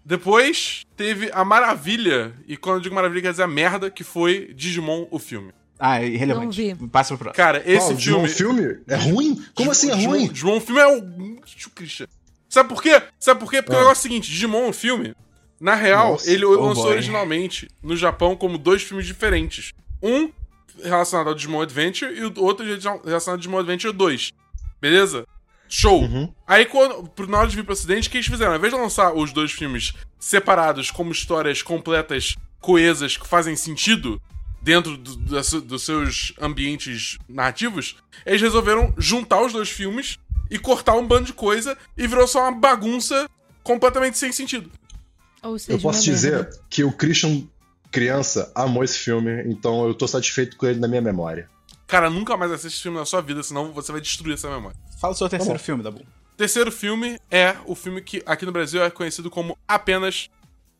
Speaker 3: Depois teve a maravilha, e quando eu digo maravilha quer dizer a merda, que foi Digimon o filme.
Speaker 1: Ah, é irrelevante.
Speaker 4: Não
Speaker 1: Passa pro próximo.
Speaker 3: Cara, esse
Speaker 2: Qual?
Speaker 3: filme.
Speaker 2: Digimon filme? É ruim? Como assim é
Speaker 3: Digimon-
Speaker 2: ruim?
Speaker 3: Digimon o filme é o. Tio Christian. Sabe por quê? Sabe por quê? Porque
Speaker 2: Ah.
Speaker 3: o negócio é o seguinte: Digimon o filme, na real,
Speaker 2: Nossa.
Speaker 3: ele
Speaker 1: Oh,
Speaker 3: lançou
Speaker 1: boy.
Speaker 3: originalmente no Japão como dois filmes diferentes. Um relacionado ao Digimon Adventure e o outro relacionado ao Digimon Adventure 2. Beleza? Show!
Speaker 2: Uhum.
Speaker 3: Aí, quando, pro- na hora de vir pro Ocidente, o que eles fizeram? Ao invés de lançar os dois filmes separados, como histórias completas, coesas, que fazem sentido dentro do- da su- dos seus ambientes narrativos, eles resolveram juntar os dois filmes e cortar um bando de coisa e virou só uma bagunça completamente sem sentido.
Speaker 4: Ou seja,
Speaker 2: Eu posso
Speaker 4: uma
Speaker 2: dizer
Speaker 4: merda.
Speaker 2: que o Christian, criança, amou esse filme, então eu tô satisfeito com ele na minha memória.
Speaker 3: Cara, nunca mais assiste esse filme na sua vida, senão você vai destruir essa memória.
Speaker 1: Fala o seu terceiro
Speaker 3: tá
Speaker 2: bom.
Speaker 1: filme, Dabu.
Speaker 3: Terceiro filme é o filme que aqui no Brasil é conhecido como apenas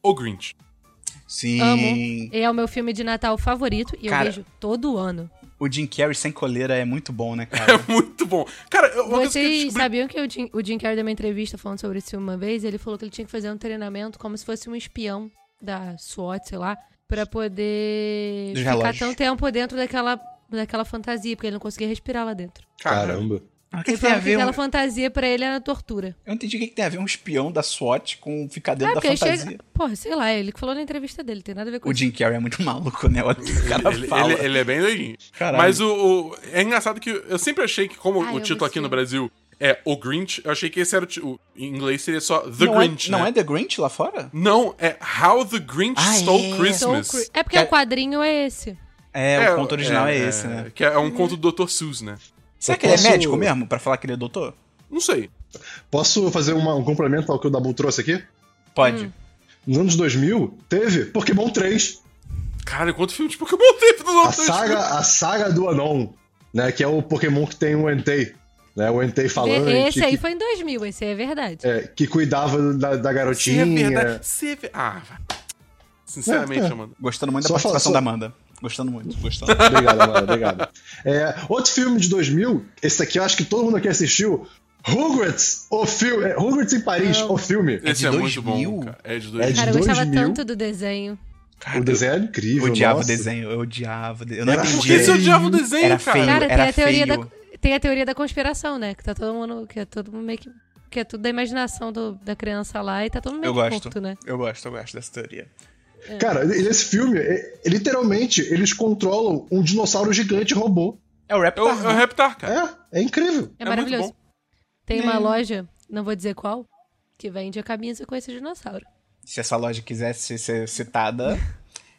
Speaker 3: O Grinch.
Speaker 1: Sim.
Speaker 4: Amo. É o meu filme de Natal favorito e
Speaker 1: Cara.
Speaker 4: eu vejo todo ano.
Speaker 1: O Jim Carrey sem coleira é muito bom, né,
Speaker 3: É
Speaker 1: cara?
Speaker 3: muito bom. Cara, eu, uma coisa que eu
Speaker 4: Vocês
Speaker 3: descobri-
Speaker 4: sabiam que o Jim, o Jim Carrey deu uma entrevista falando sobre esse filme uma vez? Ele falou que ele tinha que fazer um treinamento como se fosse um espião da SWAT, sei lá, pra poder
Speaker 1: Dos
Speaker 4: ficar
Speaker 1: relógios.
Speaker 4: tanto tempo dentro daquela, daquela fantasia, porque ele não conseguia respirar lá dentro.
Speaker 3: Tá.
Speaker 2: Caramba.
Speaker 1: O que,
Speaker 4: Ele
Speaker 1: que tem a
Speaker 4: falou Ah, que
Speaker 1: ver?
Speaker 4: aquela
Speaker 1: um-
Speaker 4: fantasia pra ele era tortura.
Speaker 1: Eu não entendi o que, que tem a ver um espião da SWAT com ficar dentro
Speaker 4: Ah,
Speaker 1: da
Speaker 4: porque ele
Speaker 1: fantasia.
Speaker 4: chega. Porra, sei lá, ele que falou na entrevista dele, tem nada a ver com
Speaker 1: O
Speaker 4: isso.
Speaker 1: Jim Carrey é muito maluco, né? Olha o que o cara
Speaker 3: Ele,
Speaker 1: fala.
Speaker 3: ele- ele é bem doidinho.
Speaker 1: Caralho.
Speaker 3: Mas o, o- É engraçado que eu sempre achei que, como
Speaker 4: Ah,
Speaker 3: o
Speaker 4: eu
Speaker 3: título aqui
Speaker 4: gostei.
Speaker 3: no Brasil é O Grinch, eu achei que esse era o, ti- o- Em inglês seria só The
Speaker 1: não
Speaker 3: Grinch.
Speaker 1: é,
Speaker 3: né?
Speaker 1: Não é The Grinch lá fora?
Speaker 3: Não, é How the Grinch
Speaker 1: Ah,
Speaker 3: Stole
Speaker 1: é.
Speaker 3: Christmas.
Speaker 4: Então, cru- É porque
Speaker 1: Que-
Speaker 4: o quadrinho é esse.
Speaker 1: É, o conto original é, esse, né?
Speaker 3: Que é um conto do Dr. Seuss, né?
Speaker 1: Será
Speaker 2: Eu
Speaker 1: que ele
Speaker 2: posso-
Speaker 1: é médico mesmo, pra falar que ele é doutor?
Speaker 3: Não sei.
Speaker 2: Posso fazer uma- um complemento ao que o Dabu trouxe aqui?
Speaker 1: Pode.
Speaker 2: Hum. Nos anos 2000, teve Pokémon 3,
Speaker 3: Cara, quanto filme Tipo, de Pokémon né? teve no
Speaker 2: a
Speaker 3: Dr. Seuss?
Speaker 2: saga, a saga do Anon, né? Que é o Pokémon que tem o Entei, né? O Entei falante,
Speaker 4: Esse aí
Speaker 2: que,
Speaker 4: foi em 2000, esse aí é verdade.
Speaker 2: é, que cuidava da, da
Speaker 3: Se é
Speaker 2: garotinha.
Speaker 3: verdade. Se é ver- Ah, vai. Sinceramente,
Speaker 2: É, é.
Speaker 3: Amanda.
Speaker 1: Gostando muito
Speaker 2: Só
Speaker 1: da
Speaker 2: fala-
Speaker 1: participação
Speaker 2: só-
Speaker 1: da Amanda. Gostando muito, gostando.
Speaker 2: Obrigado, Amanda, obrigado. É, outro filme de 2000, esse aqui eu acho que todo mundo aqui assistiu, Rugrats, o filme, é, Rugrats em Paris,
Speaker 4: Não.
Speaker 2: o filme.
Speaker 3: Esse
Speaker 1: de
Speaker 3: é muito bom,
Speaker 1: 2000?
Speaker 3: cara. É de
Speaker 2: É
Speaker 3: 2000.
Speaker 2: de-
Speaker 4: Cara, eu gostava
Speaker 2: 2000?
Speaker 4: tanto do desenho.
Speaker 2: o desenho é incrível,
Speaker 1: Eu odiava o
Speaker 2: nossa.
Speaker 1: desenho, eu odiava o desenho. Eu não
Speaker 2: Era é
Speaker 1: entendi.
Speaker 3: Por que você
Speaker 2: Era
Speaker 3: odiava é o desenho,
Speaker 1: Era
Speaker 3: cara?
Speaker 1: feio.
Speaker 4: Cara, tem
Speaker 1: era
Speaker 4: a teoria da,
Speaker 1: feio.
Speaker 4: tem a teoria da conspiração, né? Que tá todo mundo. Que é todo mundo meio que. Que é tudo da imaginação do- da criança lá e tá todo mundo
Speaker 2: um
Speaker 4: meio
Speaker 1: Eu
Speaker 4: que
Speaker 1: gosto.
Speaker 4: curto, né?
Speaker 1: Eu gosto, eu gosto dessa teoria.
Speaker 2: É. Cara, e nesse filme, é- literalmente, eles controlam um dinossauro gigante robô.
Speaker 1: É o
Speaker 3: É o,
Speaker 1: Raptor.
Speaker 3: é o Reptar, cara.
Speaker 2: É, é incrível.
Speaker 4: É,
Speaker 3: É muito
Speaker 4: maravilhoso.
Speaker 3: bom.
Speaker 4: Tem uma loja, não vou dizer qual, que vende a camisa com esse dinossauro.
Speaker 1: Se essa loja quisesse ser citada,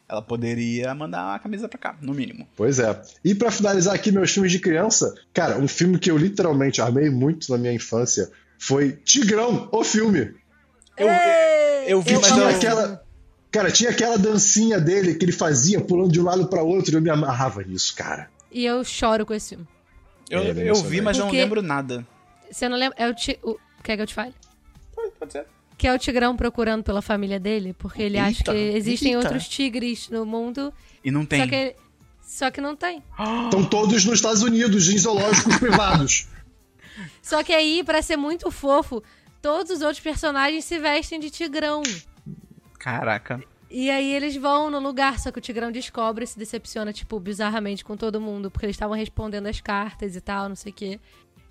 Speaker 1: ela poderia mandar uma camisa pra cá, no mínimo.
Speaker 2: Pois é. E pra finalizar aqui meus filmes de criança, cara, um filme que eu literalmente amei muito na minha infância foi Tigrão, o filme.
Speaker 1: Eu, eu vi,
Speaker 2: E
Speaker 1: mas
Speaker 2: tinha
Speaker 1: não...
Speaker 2: aquela. Cara, tinha aquela dancinha dele que ele fazia pulando de um lado pra outro, e eu me amarrava nisso, cara.
Speaker 4: E eu choro com esse filme.
Speaker 1: Eu,
Speaker 2: É,
Speaker 1: eu
Speaker 2: emocionante.
Speaker 1: vi, mas eu não
Speaker 4: Porque-
Speaker 1: lembro nada.
Speaker 4: Você não lembra? É o, ti, o- Quer que eu te fale?
Speaker 1: Pode ser.
Speaker 4: Que é o tigrão procurando pela família dele, porque ele acha
Speaker 1: Eita,
Speaker 4: que existem
Speaker 1: eita.
Speaker 4: outros tigres no mundo,
Speaker 1: E não tem.
Speaker 4: só que, ele- só que não tem.
Speaker 2: Estão todos nos Estados Unidos, em zoológicos privados.
Speaker 4: Só que aí, pra ser muito fofo, todos os outros personagens se vestem de tigrão.
Speaker 1: Caraca.
Speaker 4: E aí eles vão no lugar, só que o Tigrão descobre e se decepciona, tipo, bizarramente com todo mundo, porque eles estavam respondendo as cartas e tal, não sei o quê.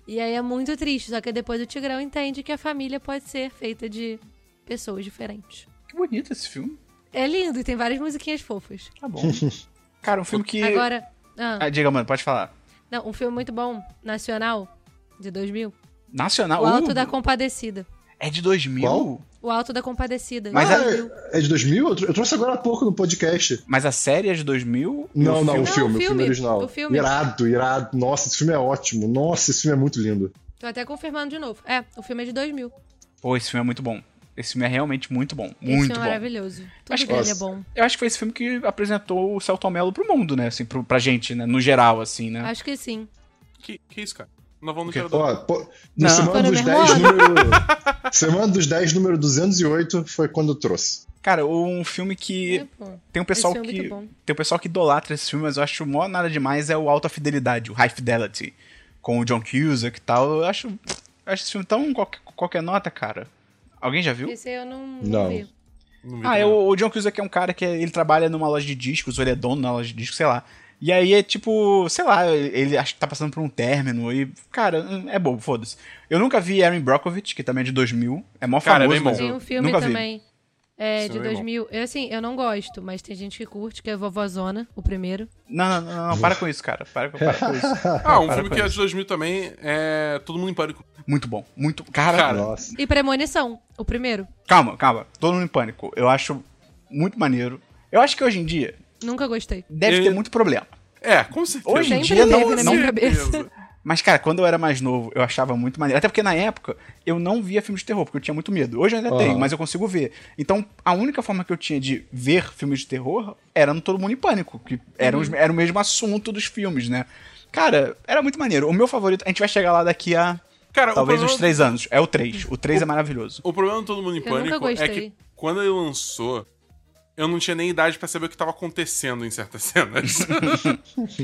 Speaker 4: E aí é muito triste, só que depois o Tigrão entende que a família pode ser feita de pessoas diferentes.
Speaker 1: Que bonito esse filme.
Speaker 4: É lindo e tem várias musiquinhas fofas.
Speaker 1: Tá bom. Cara, um filme que...
Speaker 4: Agora, ah,
Speaker 1: Ah, diga, mano, pode falar.
Speaker 4: não, um filme muito bom, nacional, de 2000,
Speaker 1: Nacional.
Speaker 4: O Alto
Speaker 1: Uh,
Speaker 4: da Compadecida.
Speaker 1: É de 2000?
Speaker 2: Qual?
Speaker 4: O Alto da Compadecida.
Speaker 1: Mas
Speaker 4: de
Speaker 1: a-
Speaker 4: 2000.
Speaker 2: É de 2000? Eu tro- eu trouxe agora há pouco no podcast.
Speaker 1: Mas a série é de 2000?
Speaker 2: Não,
Speaker 1: E o
Speaker 2: não,
Speaker 1: filme-
Speaker 2: o filme,
Speaker 4: Não,
Speaker 2: o filme original.
Speaker 4: o filme.
Speaker 2: Irado, irado. Nossa, esse filme é ótimo. Nossa, esse filme é muito lindo.
Speaker 4: Tô até confirmando de novo. É, o filme é de 2000.
Speaker 1: Pô, esse filme é muito bom. Esse filme é realmente muito bom.
Speaker 4: Esse
Speaker 1: Muito
Speaker 4: filme é
Speaker 1: bom.
Speaker 4: maravilhoso. Tudo
Speaker 1: Acho que-
Speaker 4: dele é
Speaker 2: Nossa.
Speaker 4: bom.
Speaker 1: Eu acho que foi esse filme que apresentou o Celton Mello pro mundo, né? Assim, pro, pra gente, né? No geral, assim, né?
Speaker 4: Acho que sim.
Speaker 3: Que, que é isso, cara? Não vamos no
Speaker 1: O quê?
Speaker 3: Quero
Speaker 2: Ó, pô, no
Speaker 1: Não.
Speaker 2: Semana
Speaker 4: Foi
Speaker 2: dos
Speaker 4: no
Speaker 2: 10,
Speaker 4: mesmo
Speaker 2: número. um. Semana dos 10, número 208, foi quando eu trouxe.
Speaker 1: Cara, um filme que.
Speaker 4: Ah. É, pô.
Speaker 1: Tem um pessoal
Speaker 4: Esse filme é
Speaker 1: que.
Speaker 4: muito bom.
Speaker 1: Tem um pessoal que idolatra esse filme, mas eu acho mó nada demais é o Alta Fidelidade, o High Fidelity. Com o John Cusack e tal. Eu acho. eu acho esse filme tão qualquer, qualquer nota, cara. Alguém já viu?
Speaker 4: Esse aí eu não, não
Speaker 2: Não.
Speaker 4: vi.
Speaker 1: Ah, é o, o John Cusack é um cara que ele trabalha numa loja de discos, ou ele é dono na loja de discos, sei lá. E aí é tipo, sei lá, ele acho que tá passando por um término e, cara, hum, é bobo, foda-se. Eu nunca vi Aaron Brockovich, que também é de 2000, é mó
Speaker 3: Cara, é
Speaker 1: famoso,
Speaker 3: bem bom.
Speaker 1: mas
Speaker 4: Tem
Speaker 1: eu
Speaker 4: um filme
Speaker 1: nunca vi.
Speaker 4: também. É,
Speaker 3: Esse
Speaker 4: de
Speaker 3: filme é bom.
Speaker 4: 2000. Eu, assim, eu não gosto, mas tem gente que curte, que é Vovozona, o primeiro.
Speaker 1: Não, não, não, não, não, para com isso, cara, para, com- para com isso.
Speaker 3: Ah, um
Speaker 1: Para
Speaker 3: filme
Speaker 1: com
Speaker 3: que é
Speaker 1: isso.
Speaker 3: de 2000 também é Todo Mundo em Pânico.
Speaker 1: Muito bom, muito, cara,
Speaker 3: Cara.
Speaker 2: Nossa.
Speaker 4: E Premonição, o primeiro.
Speaker 1: calma, calma, todo mundo em pânico, eu acho muito maneiro. Eu acho que hoje em dia
Speaker 4: Nunca gostei.
Speaker 1: deve
Speaker 3: Eu-
Speaker 1: ter muito problema.
Speaker 3: É, com certeza.
Speaker 1: Hoje em
Speaker 4: Sempre
Speaker 1: dia
Speaker 4: teve
Speaker 1: não,
Speaker 4: na
Speaker 1: não
Speaker 4: minha cabeça.
Speaker 3: Certeza.
Speaker 1: Mas, cara, quando eu era mais novo, eu achava muito maneiro. Até porque na época eu não via filmes de terror, porque eu tinha muito medo. Hoje eu ainda
Speaker 2: Aham.
Speaker 1: tenho, mas eu consigo ver. Então, a única forma que eu tinha de ver filmes de terror era no Todo Mundo em Pânico, que era,
Speaker 3: Uhum.
Speaker 1: os- era o mesmo assunto dos filmes, né? Cara, era muito maneiro. O meu favorito, a gente vai chegar lá daqui a
Speaker 3: Cara,
Speaker 1: talvez
Speaker 3: o
Speaker 1: uns
Speaker 3: problema,
Speaker 1: três anos. É o 3. O 3 é maravilhoso.
Speaker 3: o problema do Todo Mundo em
Speaker 4: Eu
Speaker 3: Pânico
Speaker 4: nunca
Speaker 3: é
Speaker 4: gostei.
Speaker 3: que quando ele lançou, eu não tinha nem idade pra saber o que tava acontecendo em certas cenas.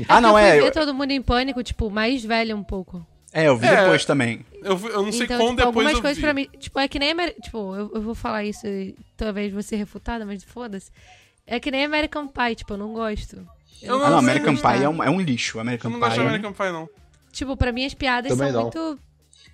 Speaker 1: Ah, não,
Speaker 4: eu fui
Speaker 1: é.
Speaker 4: ver
Speaker 1: eu-
Speaker 4: todo mundo em pânico, tipo, mais velho um pouco.
Speaker 1: É, eu vi
Speaker 3: É.
Speaker 1: depois também.
Speaker 3: eu, fui- eu não sei
Speaker 4: então,
Speaker 3: quando
Speaker 4: tipo,
Speaker 3: depois
Speaker 4: algumas
Speaker 3: eu
Speaker 4: coisas
Speaker 3: vi.
Speaker 4: pra mim. Tipo, é que nem. Ameri- Tipo, eu, eu vou falar isso e talvez vou ser refutada, mas foda-se. É que nem American Pie, tipo, eu não gosto.
Speaker 3: Eu
Speaker 1: Ah,
Speaker 3: não
Speaker 1: não,
Speaker 3: sei
Speaker 1: American
Speaker 3: gostar.
Speaker 1: Pie é um, é um lixo. American
Speaker 3: Eu não
Speaker 1: Pie.
Speaker 3: gosto de
Speaker 1: é um-
Speaker 3: American Pie, não.
Speaker 4: Tipo, pra mim as piadas
Speaker 2: Também
Speaker 4: são
Speaker 2: não.
Speaker 4: muito.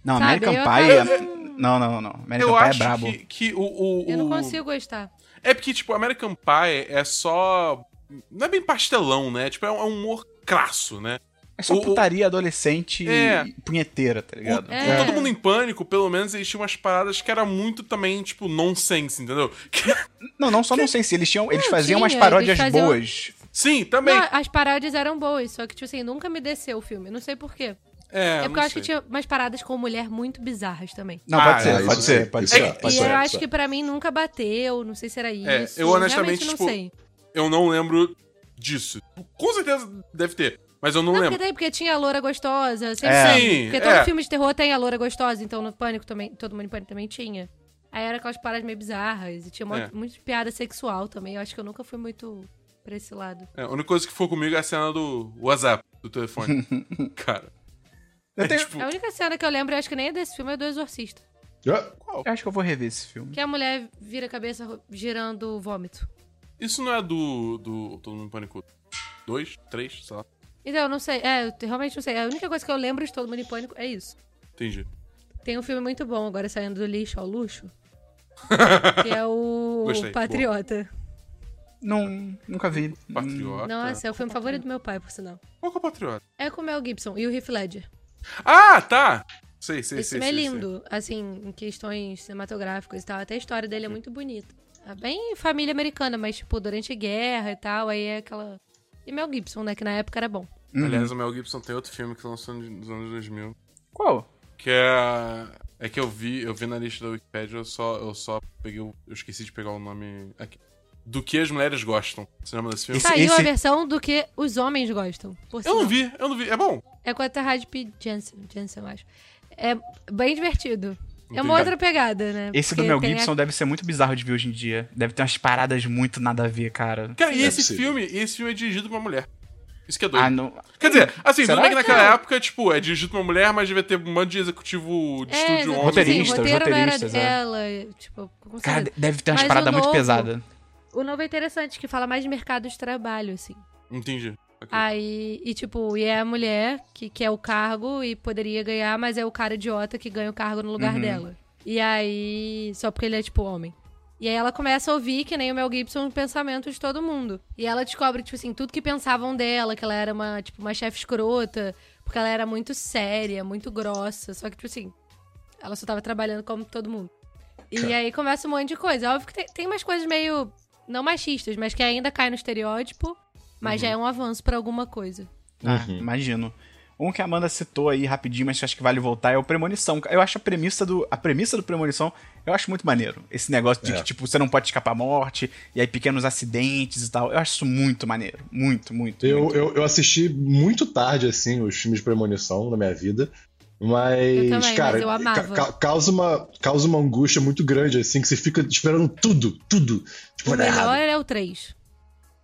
Speaker 1: Não,
Speaker 4: Sabe,
Speaker 1: American
Speaker 4: eu
Speaker 1: Pie
Speaker 4: acabo-
Speaker 1: é. Não, não, não. American
Speaker 3: eu
Speaker 1: Pie
Speaker 3: acho
Speaker 1: é brabo.
Speaker 3: que, que o, o-
Speaker 4: Eu não
Speaker 3: o-
Speaker 4: consigo gostar.
Speaker 3: É porque, tipo, American Pie é só. Não é bem pastelão, né? Tipo, é um é um humor crasso, né?
Speaker 1: É só
Speaker 3: o- o-
Speaker 1: putaria adolescente
Speaker 3: É.
Speaker 1: e punheteira, tá ligado?
Speaker 3: O-
Speaker 4: É.
Speaker 3: Tipo, Todo mundo em pânico, pelo menos, eles tinham umas paradas que era muito também, tipo, nonsense, entendeu? Que-
Speaker 1: Não, não só não sei se eles tinham. Eles
Speaker 4: Não,
Speaker 1: faziam umas
Speaker 4: tinha,
Speaker 1: paródias
Speaker 4: eles faziam-
Speaker 1: boas.
Speaker 3: Sim, também.
Speaker 4: Não, as paródias eram boas, só que, tipo assim, nunca me desceu o filme. Não sei porquê.
Speaker 3: É,
Speaker 4: É,
Speaker 3: não
Speaker 4: porque eu acho
Speaker 3: sei.
Speaker 4: que tinha umas paradas com mulher muito bizarras também.
Speaker 1: Não,
Speaker 3: Ah,
Speaker 1: pode ser,
Speaker 3: é,
Speaker 1: pode
Speaker 2: isso
Speaker 1: ser,
Speaker 2: é,
Speaker 1: pode
Speaker 2: isso
Speaker 1: ser.
Speaker 2: é.
Speaker 1: pode
Speaker 4: e
Speaker 1: ser.
Speaker 4: eu
Speaker 2: certo,
Speaker 4: acho
Speaker 2: certo.
Speaker 4: que pra mim nunca bateu, não sei se era isso.
Speaker 3: É, eu honestamente,
Speaker 4: realmente não
Speaker 3: tipo,
Speaker 4: sei.
Speaker 3: Eu não lembro disso. Com certeza deve ter, mas eu não,
Speaker 4: Não, porque
Speaker 3: lembro.
Speaker 4: daí porque tinha a loura gostosa, sempre
Speaker 1: É.
Speaker 4: tem.
Speaker 3: Sim,
Speaker 4: Porque
Speaker 3: é.
Speaker 4: todo filme de terror tem a loura gostosa, então no Pânico também, todo mundo em Pânico também tinha. Aí era aquelas paradas meio bizarras, e tinha
Speaker 3: É.
Speaker 4: muito, muito piada sexual também, eu acho que eu nunca fui muito pra esse lado.
Speaker 3: É, a única coisa que foi comigo é a cena do WhatsApp, do telefone. Cara.
Speaker 1: Eu, tenho-
Speaker 3: tipo,
Speaker 4: A única cena que eu lembro, eu acho que nem é desse filme, é do Exorcista.
Speaker 2: Ah,
Speaker 1: eu acho que eu vou rever esse filme.
Speaker 4: Que a mulher vira a cabeça ro- girando o vômito.
Speaker 3: isso não é do, do Todo Mundo em Pânico 2, 3, sei lá.
Speaker 4: Então, eu não sei, é, eu te- realmente não sei. A única coisa que eu lembro de Todo Mundo em Pânico é isso.
Speaker 3: Entendi.
Speaker 4: Tem um filme muito bom agora saindo do lixo ao luxo. que é o
Speaker 3: Gostei,
Speaker 4: Patriota.
Speaker 1: Não, nunca vi.
Speaker 3: Patriota.
Speaker 4: Nossa, é o filme favorito do meu pai, por sinal.
Speaker 3: Qual que é o Patriota?
Speaker 4: É com o Mel Gibson e o Heath Ledger.
Speaker 3: Ah, tá! Sei, sei,
Speaker 4: Esse
Speaker 3: sei.
Speaker 4: filme é
Speaker 3: sei, sei.
Speaker 4: lindo, assim, em questões cinematográficas e tal. Até a história dele é muito bonita. É bem família americana, mas, tipo, durante a guerra e tal, aí é aquela... E Mel Gibson, né, que na época era bom.
Speaker 1: Hum.
Speaker 3: Aliás, o Mel Gibson tem outro filme que lançou nos anos 2000.
Speaker 1: Qual?
Speaker 3: Que é. É que eu vi, eu vi na lista da Wikipedia, eu só, eu só peguei. o- Eu esqueci de pegar o nome aqui. Do que as mulheres gostam. Você lembra desse filme?
Speaker 1: Esse-
Speaker 4: Saiu
Speaker 1: esse-
Speaker 4: a versão do que os homens gostam, por
Speaker 3: Eu
Speaker 4: sinal.
Speaker 3: não vi, eu não vi. É bom.
Speaker 4: É com a Tahad P. Jensen, Jensen, eu acho. É bem divertido. É
Speaker 3: Entendi.
Speaker 4: uma outra pegada, né?
Speaker 1: Esse
Speaker 4: Porque
Speaker 1: do Mel
Speaker 4: tem a-
Speaker 1: Gibson deve ser muito bizarro de ver hoje em dia. Deve ter umas paradas muito nada a ver, cara.
Speaker 3: Cara, e
Speaker 2: é
Speaker 3: esse
Speaker 2: possível.
Speaker 3: filme, e esse filme é dirigido pra uma mulher. Isso que é doido.
Speaker 1: Ah, não.
Speaker 3: Quer dizer, assim,
Speaker 1: Será?
Speaker 3: tudo bem que naquela época, tipo, é dirigido pra uma mulher, mas devia ter um monte de executivo de estúdio
Speaker 4: exatamente.
Speaker 3: homem.
Speaker 1: Roteirista.
Speaker 4: É, Sim,
Speaker 1: Roteiristas,
Speaker 4: o roteiro não era
Speaker 1: roteiristas, é.
Speaker 4: dela, e, tipo, como se
Speaker 1: Cara,
Speaker 4: diz?
Speaker 1: deve ter umas
Speaker 4: Mas
Speaker 1: paradas
Speaker 4: o
Speaker 1: muito
Speaker 4: novo-
Speaker 1: pesadas.
Speaker 4: O novo é interessante, que fala mais de mercado de trabalho, assim.
Speaker 3: Entendi. Ok.
Speaker 4: Ah, Aí, e tipo, e é a mulher que quer o cargo e poderia ganhar, mas é o cara idiota que ganha o cargo no lugar dela. E aí, só porque ele é tipo homem. E aí ela começa a ouvir, que nem o Mel Gibson, o pensamento de todo mundo. E ela descobre, tipo assim, tudo que pensavam dela, que ela era uma, tipo, uma chefe escrota, porque ela era muito séria, muito grossa. Só que, tipo assim, ela só tava trabalhando como todo mundo. E aí começa um monte de coisa. Óbvio que tem, tem umas coisas meio. não machistas, mas que ainda cai no estereótipo, mas
Speaker 2: Uhum.
Speaker 4: já é um avanço pra alguma coisa.
Speaker 1: Ah, imagino. Um que a Amanda citou aí rapidinho, mas que eu acho que vale voltar, é o Premonição. Eu acho a premissa do, a premissa do Premonição, eu acho muito maneiro. Esse negócio de
Speaker 2: É.
Speaker 1: que, tipo, você não pode escapar à morte, e aí pequenos acidentes e tal. Eu acho isso muito maneiro. Muito, muito.
Speaker 2: Eu,
Speaker 1: muito.
Speaker 2: eu, eu assisti muito tarde, assim, os filmes de premonição na minha vida. Mas,
Speaker 4: Eu também,
Speaker 2: cara,
Speaker 4: mas eu amava.
Speaker 2: ca- ca- causa, uma, causa uma angústia muito grande, assim, que você fica esperando tudo, tudo. Tipo, vai
Speaker 4: O
Speaker 2: dar
Speaker 4: melhor
Speaker 2: errado. Uhum.
Speaker 4: é o 3.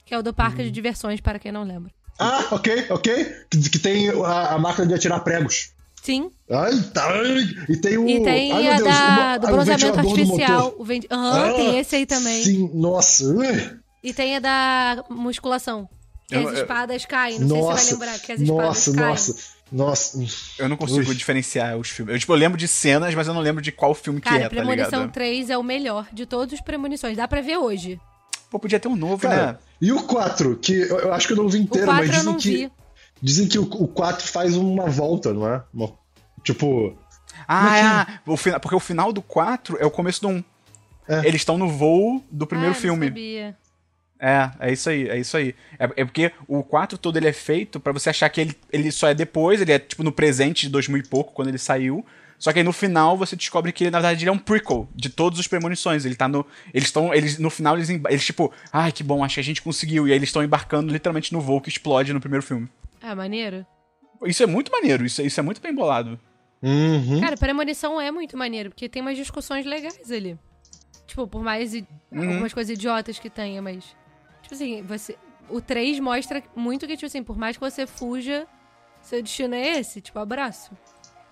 Speaker 4: Que é o do parque de diversões, para quem não lembra.
Speaker 2: Ah, ok, ok. Que, que tem a, a máquina de atirar pregos.
Speaker 4: Sim.
Speaker 2: Ai, tá, ai. E tem o.
Speaker 4: E tem
Speaker 2: ai, meu
Speaker 4: a
Speaker 2: Deus,
Speaker 4: da,
Speaker 2: o-
Speaker 4: do
Speaker 2: ah, o
Speaker 4: bronzeamento
Speaker 2: ventilador do
Speaker 4: artificial.
Speaker 2: motor.
Speaker 4: o vent... Aham,
Speaker 2: Ah,
Speaker 4: tem esse aí também.
Speaker 2: Sim, nossa. ai.
Speaker 4: E tem a da musculação. Que
Speaker 1: Eu-
Speaker 4: as
Speaker 1: eu-
Speaker 4: espadas caem. Não sei se
Speaker 2: Nossa,
Speaker 4: você vai lembrar que as espadas
Speaker 2: nossa,
Speaker 4: caem.
Speaker 2: nossa, nossa.
Speaker 1: Eu não consigo
Speaker 2: Ui.
Speaker 1: diferenciar os filmes. Eu, tipo, eu lembro de cenas, mas eu não lembro de qual filme que
Speaker 4: Cara,
Speaker 1: é, tá
Speaker 4: Premonição
Speaker 1: ligado?
Speaker 4: 3 é o melhor de todos os premonições. Dá pra ver hoje.
Speaker 1: Pô, podia ter um novo,
Speaker 2: Cara,
Speaker 1: né?
Speaker 2: e o 4, que eu, eu acho que eu não vi
Speaker 4: O
Speaker 2: inteiro,
Speaker 4: 4
Speaker 2: mas dizem
Speaker 4: eu não
Speaker 2: que,
Speaker 4: vi.
Speaker 2: dizem que o, o 4 faz uma volta, não é? Uma- tipo,
Speaker 1: Ah, é. o fina- porque o final do 4 é o começo do 1.
Speaker 2: É.
Speaker 1: Eles estão no voo do
Speaker 4: Ah,
Speaker 1: primeiro
Speaker 4: não
Speaker 1: filme.
Speaker 4: sabia.
Speaker 1: É, é isso aí, é isso aí. É, é porque o 4 todo ele é feito pra você achar que ele, ele só é depois, ele é tipo no presente de 2000 e pouco, quando ele saiu. Só que aí no final você descobre que ele, na verdade, ele é um prequel de todos os premonições. Ele tá no. Eles estão. Eles, no final, eles, emba- eles tipo, ai que bom, acho que a gente conseguiu. E aí eles estão embarcando literalmente no voo que explode no primeiro filme.
Speaker 4: Ah, maneiro.
Speaker 1: Isso é muito maneiro, isso, é- isso é muito bem bolado.
Speaker 2: Uhum.
Speaker 4: Cara, premonição é muito maneiro, porque tem umas discussões legais ali. Tipo, por mais i-
Speaker 1: Uhum.
Speaker 4: algumas coisas idiotas que tenha, mas. Tipo assim, você. O 3 mostra muito que, tipo assim, por mais que você fuja, seu destino é esse, tipo, abraço.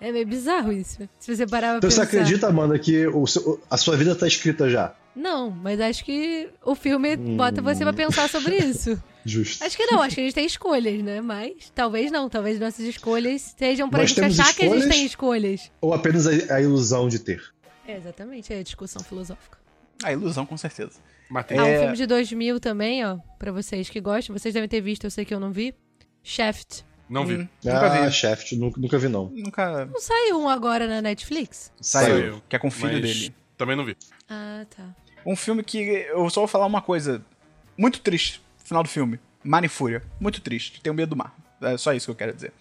Speaker 4: É meio bizarro isso. Se você parar pra
Speaker 2: Então você
Speaker 4: pensar.
Speaker 2: acredita, Amanda, que o seu- a sua vida tá escrita já?
Speaker 4: Não, mas acho que o filme
Speaker 2: Hum.
Speaker 4: bota você pra pensar sobre isso.
Speaker 2: Justo.
Speaker 4: Acho que não, acho que a gente tem escolhas, né? Mas talvez não, talvez nossas escolhas sejam pra
Speaker 2: Nós
Speaker 4: gente
Speaker 2: temos
Speaker 4: achar que a gente
Speaker 2: escolhas?
Speaker 4: tem escolhas.
Speaker 2: Ou apenas a, a ilusão de ter.
Speaker 4: É, exatamente, é a discussão filosófica.
Speaker 1: Ah, ilusão, com certeza.
Speaker 3: Matei.
Speaker 4: Ah, um filme de 2000 também, ó, pra vocês que gostam. Vocês devem ter visto, eu sei que eu não vi. Shaft.
Speaker 3: Não vi.
Speaker 1: Hum, nunca
Speaker 2: ah,
Speaker 1: vi.
Speaker 2: Shaft, nunca, nunca vi, não.
Speaker 1: Nunca
Speaker 4: Não saiu um agora na Netflix?
Speaker 1: saiu.
Speaker 3: Saiu.
Speaker 1: Que é com o filho
Speaker 3: Mas
Speaker 1: dele.
Speaker 3: Também não vi.
Speaker 4: Ah, tá.
Speaker 1: Um filme que eu só vou falar uma coisa. Muito triste, final do filme. Mar e Fúria. Muito triste. Tenho medo do mar. É só isso que eu quero dizer.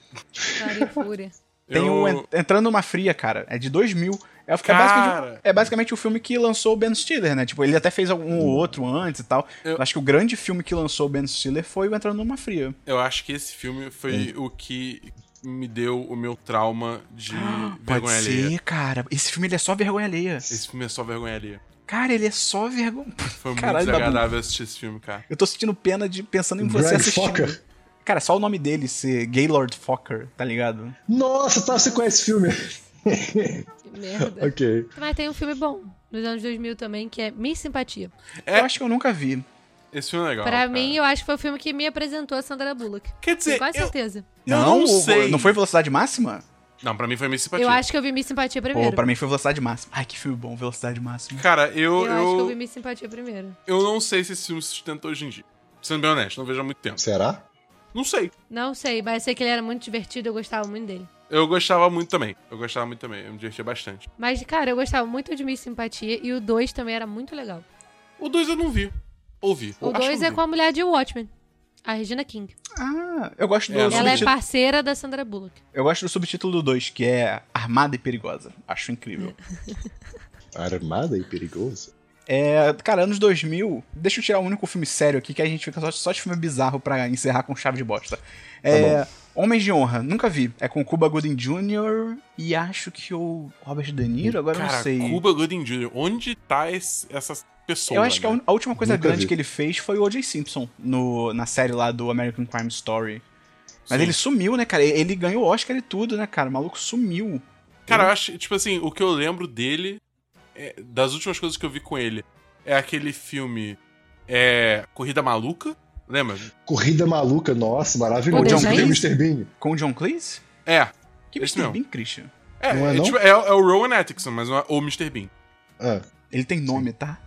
Speaker 4: Cara e Fúria.
Speaker 1: Tem
Speaker 3: Eu-
Speaker 1: um En- Entrando numa Fria, cara. É de 2000. É, é
Speaker 3: Cara!
Speaker 1: basicamente, é basicamente o filme que lançou o Ben Stiller, né? Tipo, ele até fez algum ou outro antes e tal.
Speaker 3: Eu-
Speaker 1: Acho que o grande filme que lançou o Ben Stiller foi o Entrando numa Fria.
Speaker 3: Eu acho que esse filme foi o que me deu o meu trauma de
Speaker 1: Ah,
Speaker 3: vergonha
Speaker 1: Pode
Speaker 3: alheia.
Speaker 1: ser, cara. Esse filme ele é só vergonha alheia.
Speaker 3: Esse filme é só vergonha alheia.
Speaker 1: Cara, ele é só vergonha.
Speaker 3: Foi
Speaker 1: Caralho, tá
Speaker 3: muito
Speaker 1: Babu.
Speaker 3: desagradável assistir esse filme, cara.
Speaker 1: Eu tô sentindo pena de pensando em você
Speaker 2: Greg
Speaker 1: assistindo.
Speaker 2: Fokker?
Speaker 1: Cara, é só o nome dele ser Gaylord Fokker, tá ligado?
Speaker 2: Nossa, tá, você conhece esse filme.
Speaker 4: Que merda.
Speaker 2: ok.
Speaker 4: Mas tem um filme bom, dos anos 2000 também, que é Miss Simpatia.
Speaker 3: É.
Speaker 1: Eu acho que eu nunca vi.
Speaker 3: Esse filme é legal.
Speaker 4: pra
Speaker 3: cara.
Speaker 4: mim, eu acho que foi o filme que me apresentou a Sandra Bullock.
Speaker 3: Quer dizer,
Speaker 4: Tenho quase
Speaker 3: eu-
Speaker 4: certeza.
Speaker 3: Eu não
Speaker 1: o-
Speaker 3: sei.
Speaker 1: Não foi Velocidade Máxima?
Speaker 3: Não, pra mim foi meio simpatia.
Speaker 4: Eu acho que eu vi Miss Simpatia
Speaker 1: Pô,
Speaker 4: primeiro.
Speaker 1: pra mim foi Velocidade Máxima. Ai, que filme bom, Velocidade Máxima.
Speaker 3: Cara,
Speaker 4: Eu, acho
Speaker 3: eu.
Speaker 4: que eu
Speaker 3: Eu,
Speaker 4: vi
Speaker 3: eu,
Speaker 4: Miss Simpatia primeiro.
Speaker 3: não sei se esse filme se sustenta hoje em dia. Sendo bem honesto, não vejo há muito tempo.
Speaker 2: Será?
Speaker 3: Não sei.
Speaker 4: Não sei, mas eu sei que ele era muito divertido, eu gostava muito dele.
Speaker 3: Eu gostava muito também. Eu gostava muito também. Eu me divertia bastante.
Speaker 4: Mas, cara, eu gostava muito de Miss Simpatia e o 2 também era muito legal.
Speaker 3: O dois eu não vi. Ouvi.
Speaker 4: O 2 é com a mulher de Watchmen, a Regina King.
Speaker 1: Ah, eu gosto do,
Speaker 3: É,
Speaker 4: Ela é
Speaker 1: subtítulo,
Speaker 4: parceira da Sandra Bullock.
Speaker 1: eu gosto do subtítulo do 2, que é Armada e Perigosa. Acho incrível.
Speaker 2: Armada e perigosa?
Speaker 1: É, cara, anos 2000, deixa eu tirar o único filme sério aqui, que a gente fica só, só de filme bizarro pra encerrar com chave de bosta.
Speaker 2: Tá
Speaker 1: É, Homens de Honra, nunca vi. É com Cuba Gooding Jr. e acho que o Robert De Niro, agora eu não
Speaker 3: Cara,
Speaker 1: sei.
Speaker 3: Cuba Gooding Jr., onde tá esse- essa pessoa?
Speaker 1: Eu acho que é a,
Speaker 3: né?
Speaker 1: un- a última coisa
Speaker 2: Nunca
Speaker 1: grande
Speaker 2: vi.
Speaker 1: que ele fez foi o O.J. Simpson no, na série lá do American Crime Story. Mas
Speaker 3: Sim.
Speaker 1: ele sumiu, né, cara? Ele ganhou Oscar e tudo, né, cara? O maluco sumiu.
Speaker 3: Cara, eu acho, tipo assim, o que eu lembro dele, é- das últimas coisas que eu vi com ele, é aquele filme é, Corrida Maluca, lembra?
Speaker 2: Corrida maluca, nossa, maravilhoso.
Speaker 4: O John
Speaker 2: Tem o
Speaker 1: Cleese?
Speaker 2: Mr. Bean.
Speaker 1: Com o John Cleese?
Speaker 3: É,
Speaker 1: Que
Speaker 3: Esse
Speaker 1: Mr.
Speaker 3: mesmo.
Speaker 1: Bean, Christian.
Speaker 3: é,
Speaker 2: Não é
Speaker 3: é,
Speaker 2: não?
Speaker 3: tipo, é- é o Rowan Atkinson, mas não é o Mr. Bean.
Speaker 2: Ah,
Speaker 1: Ele tem nome, tá?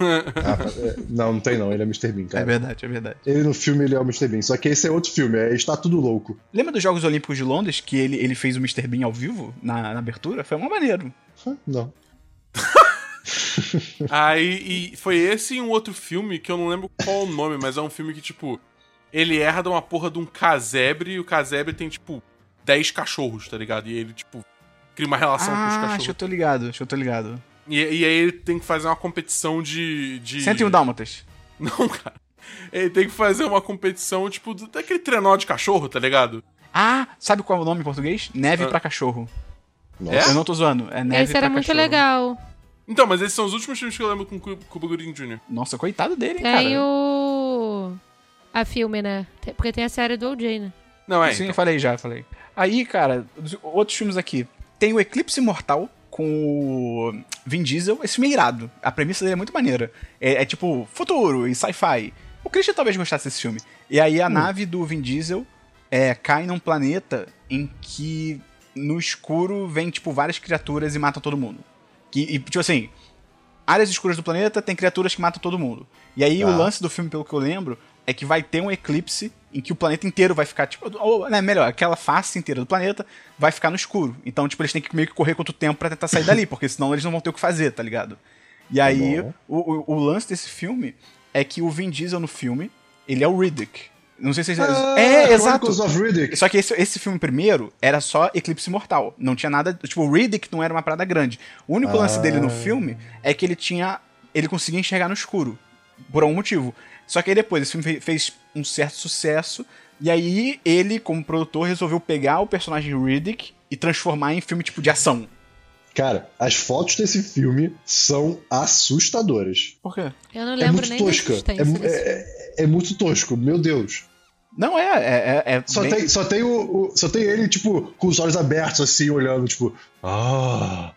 Speaker 2: ah, é, não, não tem não, ele é Mr. Bean,
Speaker 1: É
Speaker 2: cara.
Speaker 1: verdade, é verdade.
Speaker 2: ele no filme ele é o Mr. Bean, só que esse é outro filme, é Está Tudo Louco.
Speaker 1: Lembra dos Jogos Olímpicos de Londres, que ele, ele fez o Mr. Bean ao vivo na, na abertura? Foi uma maneiro.
Speaker 2: Hã? Não.
Speaker 3: Aí e foi esse e um outro filme que eu não lembro qual o nome, mas é um filme que, tipo, ele herda uma porra de um casebre e o casebre tem, tipo, 10 cachorros, tá ligado? E ele, tipo, cria uma relação com os
Speaker 1: Ah, acho
Speaker 3: cachorros.
Speaker 1: que eu tô ligado, acho que eu tô ligado.
Speaker 3: E, e aí ele tem que fazer uma competição de. de...
Speaker 1: 101 Dálmatas.
Speaker 3: Não, cara. Ele tem que fazer uma competição, tipo, do- daquele trenó de cachorro, tá ligado?
Speaker 1: Ah, sabe qual é o nome em português? Neve
Speaker 3: Ah.
Speaker 1: pra cachorro.
Speaker 2: Nossa.
Speaker 3: É?
Speaker 1: Eu não tô zoando, é neve
Speaker 4: Esse era
Speaker 1: pra
Speaker 4: muito
Speaker 1: cachorro.
Speaker 4: legal.
Speaker 3: Então, mas esses são os últimos filmes que eu lembro com Cu- Cuba Gooding Jr.
Speaker 1: Nossa, coitado dele, hein, cara. né?
Speaker 4: Tem o. A filme, né? Tem- Porque tem a série do OJ, né?
Speaker 3: Não, é.
Speaker 1: Sim,
Speaker 3: então.
Speaker 1: eu falei já, falei. Aí, cara, os outros filmes aqui. Tem o Eclipse Mortal com o Vin Diesel. Esse filme é irado. A premissa dele é muito maneira. É, é tipo futuro e sci-fi. O Christian talvez gostasse desse filme. E aí a nave do Vin Diesel é, cai num planeta em que no escuro vem, tipo, várias criaturas e matam todo mundo. Que, e, tipo assim, áreas escuras do planeta tem criaturas que matam todo mundo. E aí
Speaker 2: Tá.
Speaker 1: o lance do filme, pelo que eu lembro, é que vai ter um eclipse em que o planeta inteiro vai ficar, tipo, ou, né, melhor, aquela face inteira do planeta vai ficar no escuro. Então, tipo, eles têm que meio que correr contra o tempo pra tentar sair dali, porque senão eles não vão ter o que fazer, tá ligado? E aí,
Speaker 2: bom.
Speaker 1: o, o, o lance desse filme é que o Vin Diesel no filme, ele é o Riddick. Não sei se vocês...
Speaker 2: Ah,
Speaker 1: é, exato.
Speaker 2: Chronicles of Riddick.
Speaker 1: Só que esse, esse filme primeiro era só Eclipse Mortal. Não tinha nada. Tipo, o Riddick não era uma parada grande. O único lance dele no filme é que ele tinha. Ele conseguia enxergar no escuro. Por algum motivo. Só que aí depois, esse filme fe- fez um certo sucesso. E aí ele, como produtor, resolveu pegar o personagem Riddick e transformar em filme tipo de ação.
Speaker 2: Cara, as fotos desse filme são assustadoras.
Speaker 1: Por quê?
Speaker 4: Eu não
Speaker 2: É
Speaker 4: lembro
Speaker 2: muito
Speaker 4: nem
Speaker 2: tosca.
Speaker 4: da
Speaker 2: É,
Speaker 4: existência
Speaker 2: mu-
Speaker 4: desse
Speaker 2: é- é muito tosco, meu Deus.
Speaker 1: Não, é. É. é, é
Speaker 2: Só,
Speaker 1: bem-
Speaker 2: tem, só, tem o, o- só tem ele, tipo, com os olhos abertos, assim, olhando, tipo. Ah.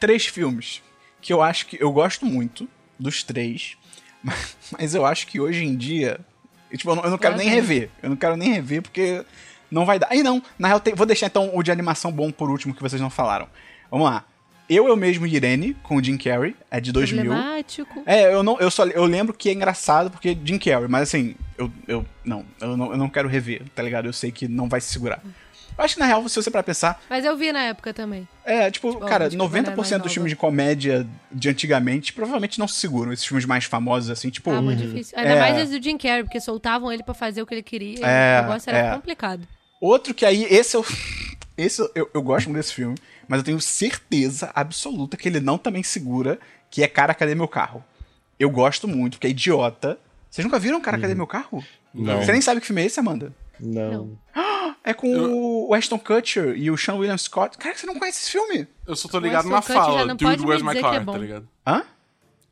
Speaker 1: três filmes que eu acho que eu gosto muito dos três, mas, mas eu acho que hoje em dia, eu, tipo, eu não, eu não quero nem rever, eu não quero nem rever porque não vai dar. Aí não, na real tem- vou deixar então o de animação bom por último que vocês não falaram. Vamos lá. Eu eu mesmo e Irene com o Jim Carrey, é de 2000.
Speaker 4: problemático.
Speaker 1: É, eu não, eu só eu lembro que é engraçado porque Jim Carrey, mas assim, eu, eu não, eu não, eu não quero rever, tá ligado? Eu sei que não vai se segurar. Eu acho que na real, se você para pensar,
Speaker 4: Mas eu vi na época também.
Speaker 1: é, tipo,
Speaker 4: Tipo,
Speaker 1: cara,
Speaker 4: acho que quando
Speaker 1: 90%
Speaker 4: era
Speaker 1: dos
Speaker 4: mais nova.
Speaker 1: filmes de comédia de antigamente provavelmente não se seguram. Esses filmes mais famosos, assim, tipo.
Speaker 4: Ah, muito difícil. Ainda
Speaker 1: É.
Speaker 4: mais as do Jim Carrey, porque soltavam ele pra fazer o que ele queria. e
Speaker 1: É,
Speaker 4: o negócio era
Speaker 1: é.
Speaker 4: complicado.
Speaker 1: Outro que aí, esse eu. Esse eu- eu, eu gosto muito desse filme, mas eu tenho certeza absoluta que ele não também segura, que é Cara, Cadê Meu Carro? Eu gosto muito, porque é idiota. Vocês nunca viram Cara, Cadê Meu Carro?
Speaker 3: Não.
Speaker 1: Você nem sabe que filme é esse, Amanda?
Speaker 2: Não.
Speaker 1: É com o Ashton Kutcher e o Sean William Scott. Cara, você não conhece esse filme?
Speaker 3: Eu só tô ligado
Speaker 4: Weston
Speaker 3: na
Speaker 4: Cut
Speaker 3: fala,
Speaker 4: já não pode
Speaker 3: Dude,
Speaker 4: me
Speaker 3: Where's My
Speaker 4: dizer que é
Speaker 3: Car,
Speaker 4: bom.
Speaker 3: tá ligado?
Speaker 1: Hã?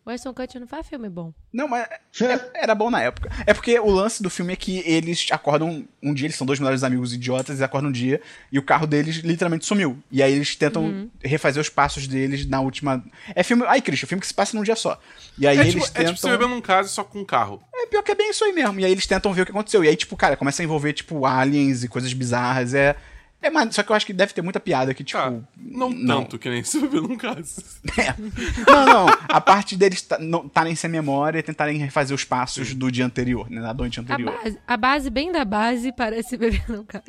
Speaker 4: O Weston Kutcher não faz filme bom.
Speaker 1: Não, mas é- era bom na época. É porque o lance do filme é que eles acordam um dia, eles são dois melhores amigos idiotas, eles acordam um dia e o carro deles literalmente sumiu. E aí eles tentam
Speaker 3: Uhum.
Speaker 1: refazer os passos deles na última. É filme. Ai, Christian, é filme que se passa num dia só. E aí
Speaker 3: é,
Speaker 1: eles
Speaker 3: tipo, é
Speaker 1: tentam.
Speaker 3: tipo você bebendo um caso só com um carro.
Speaker 1: É pior que é bem isso aí mesmo. E aí eles tentam ver o que aconteceu. E aí, tipo, cara, começa a envolver, tipo, aliens e coisas bizarras. É. É, mano, só que eu acho que deve ter muita piada que, tipo.
Speaker 3: Tá, não, tanto que nem se bebendo um caso.
Speaker 1: É. Não, não. A parte deles ta- não- estarem sem memória e tentarem refazer os passos do dia anterior, né? Da noite
Speaker 4: A
Speaker 3: Ah,
Speaker 1: anterior.
Speaker 4: base, a base bem da base parece beber no caso.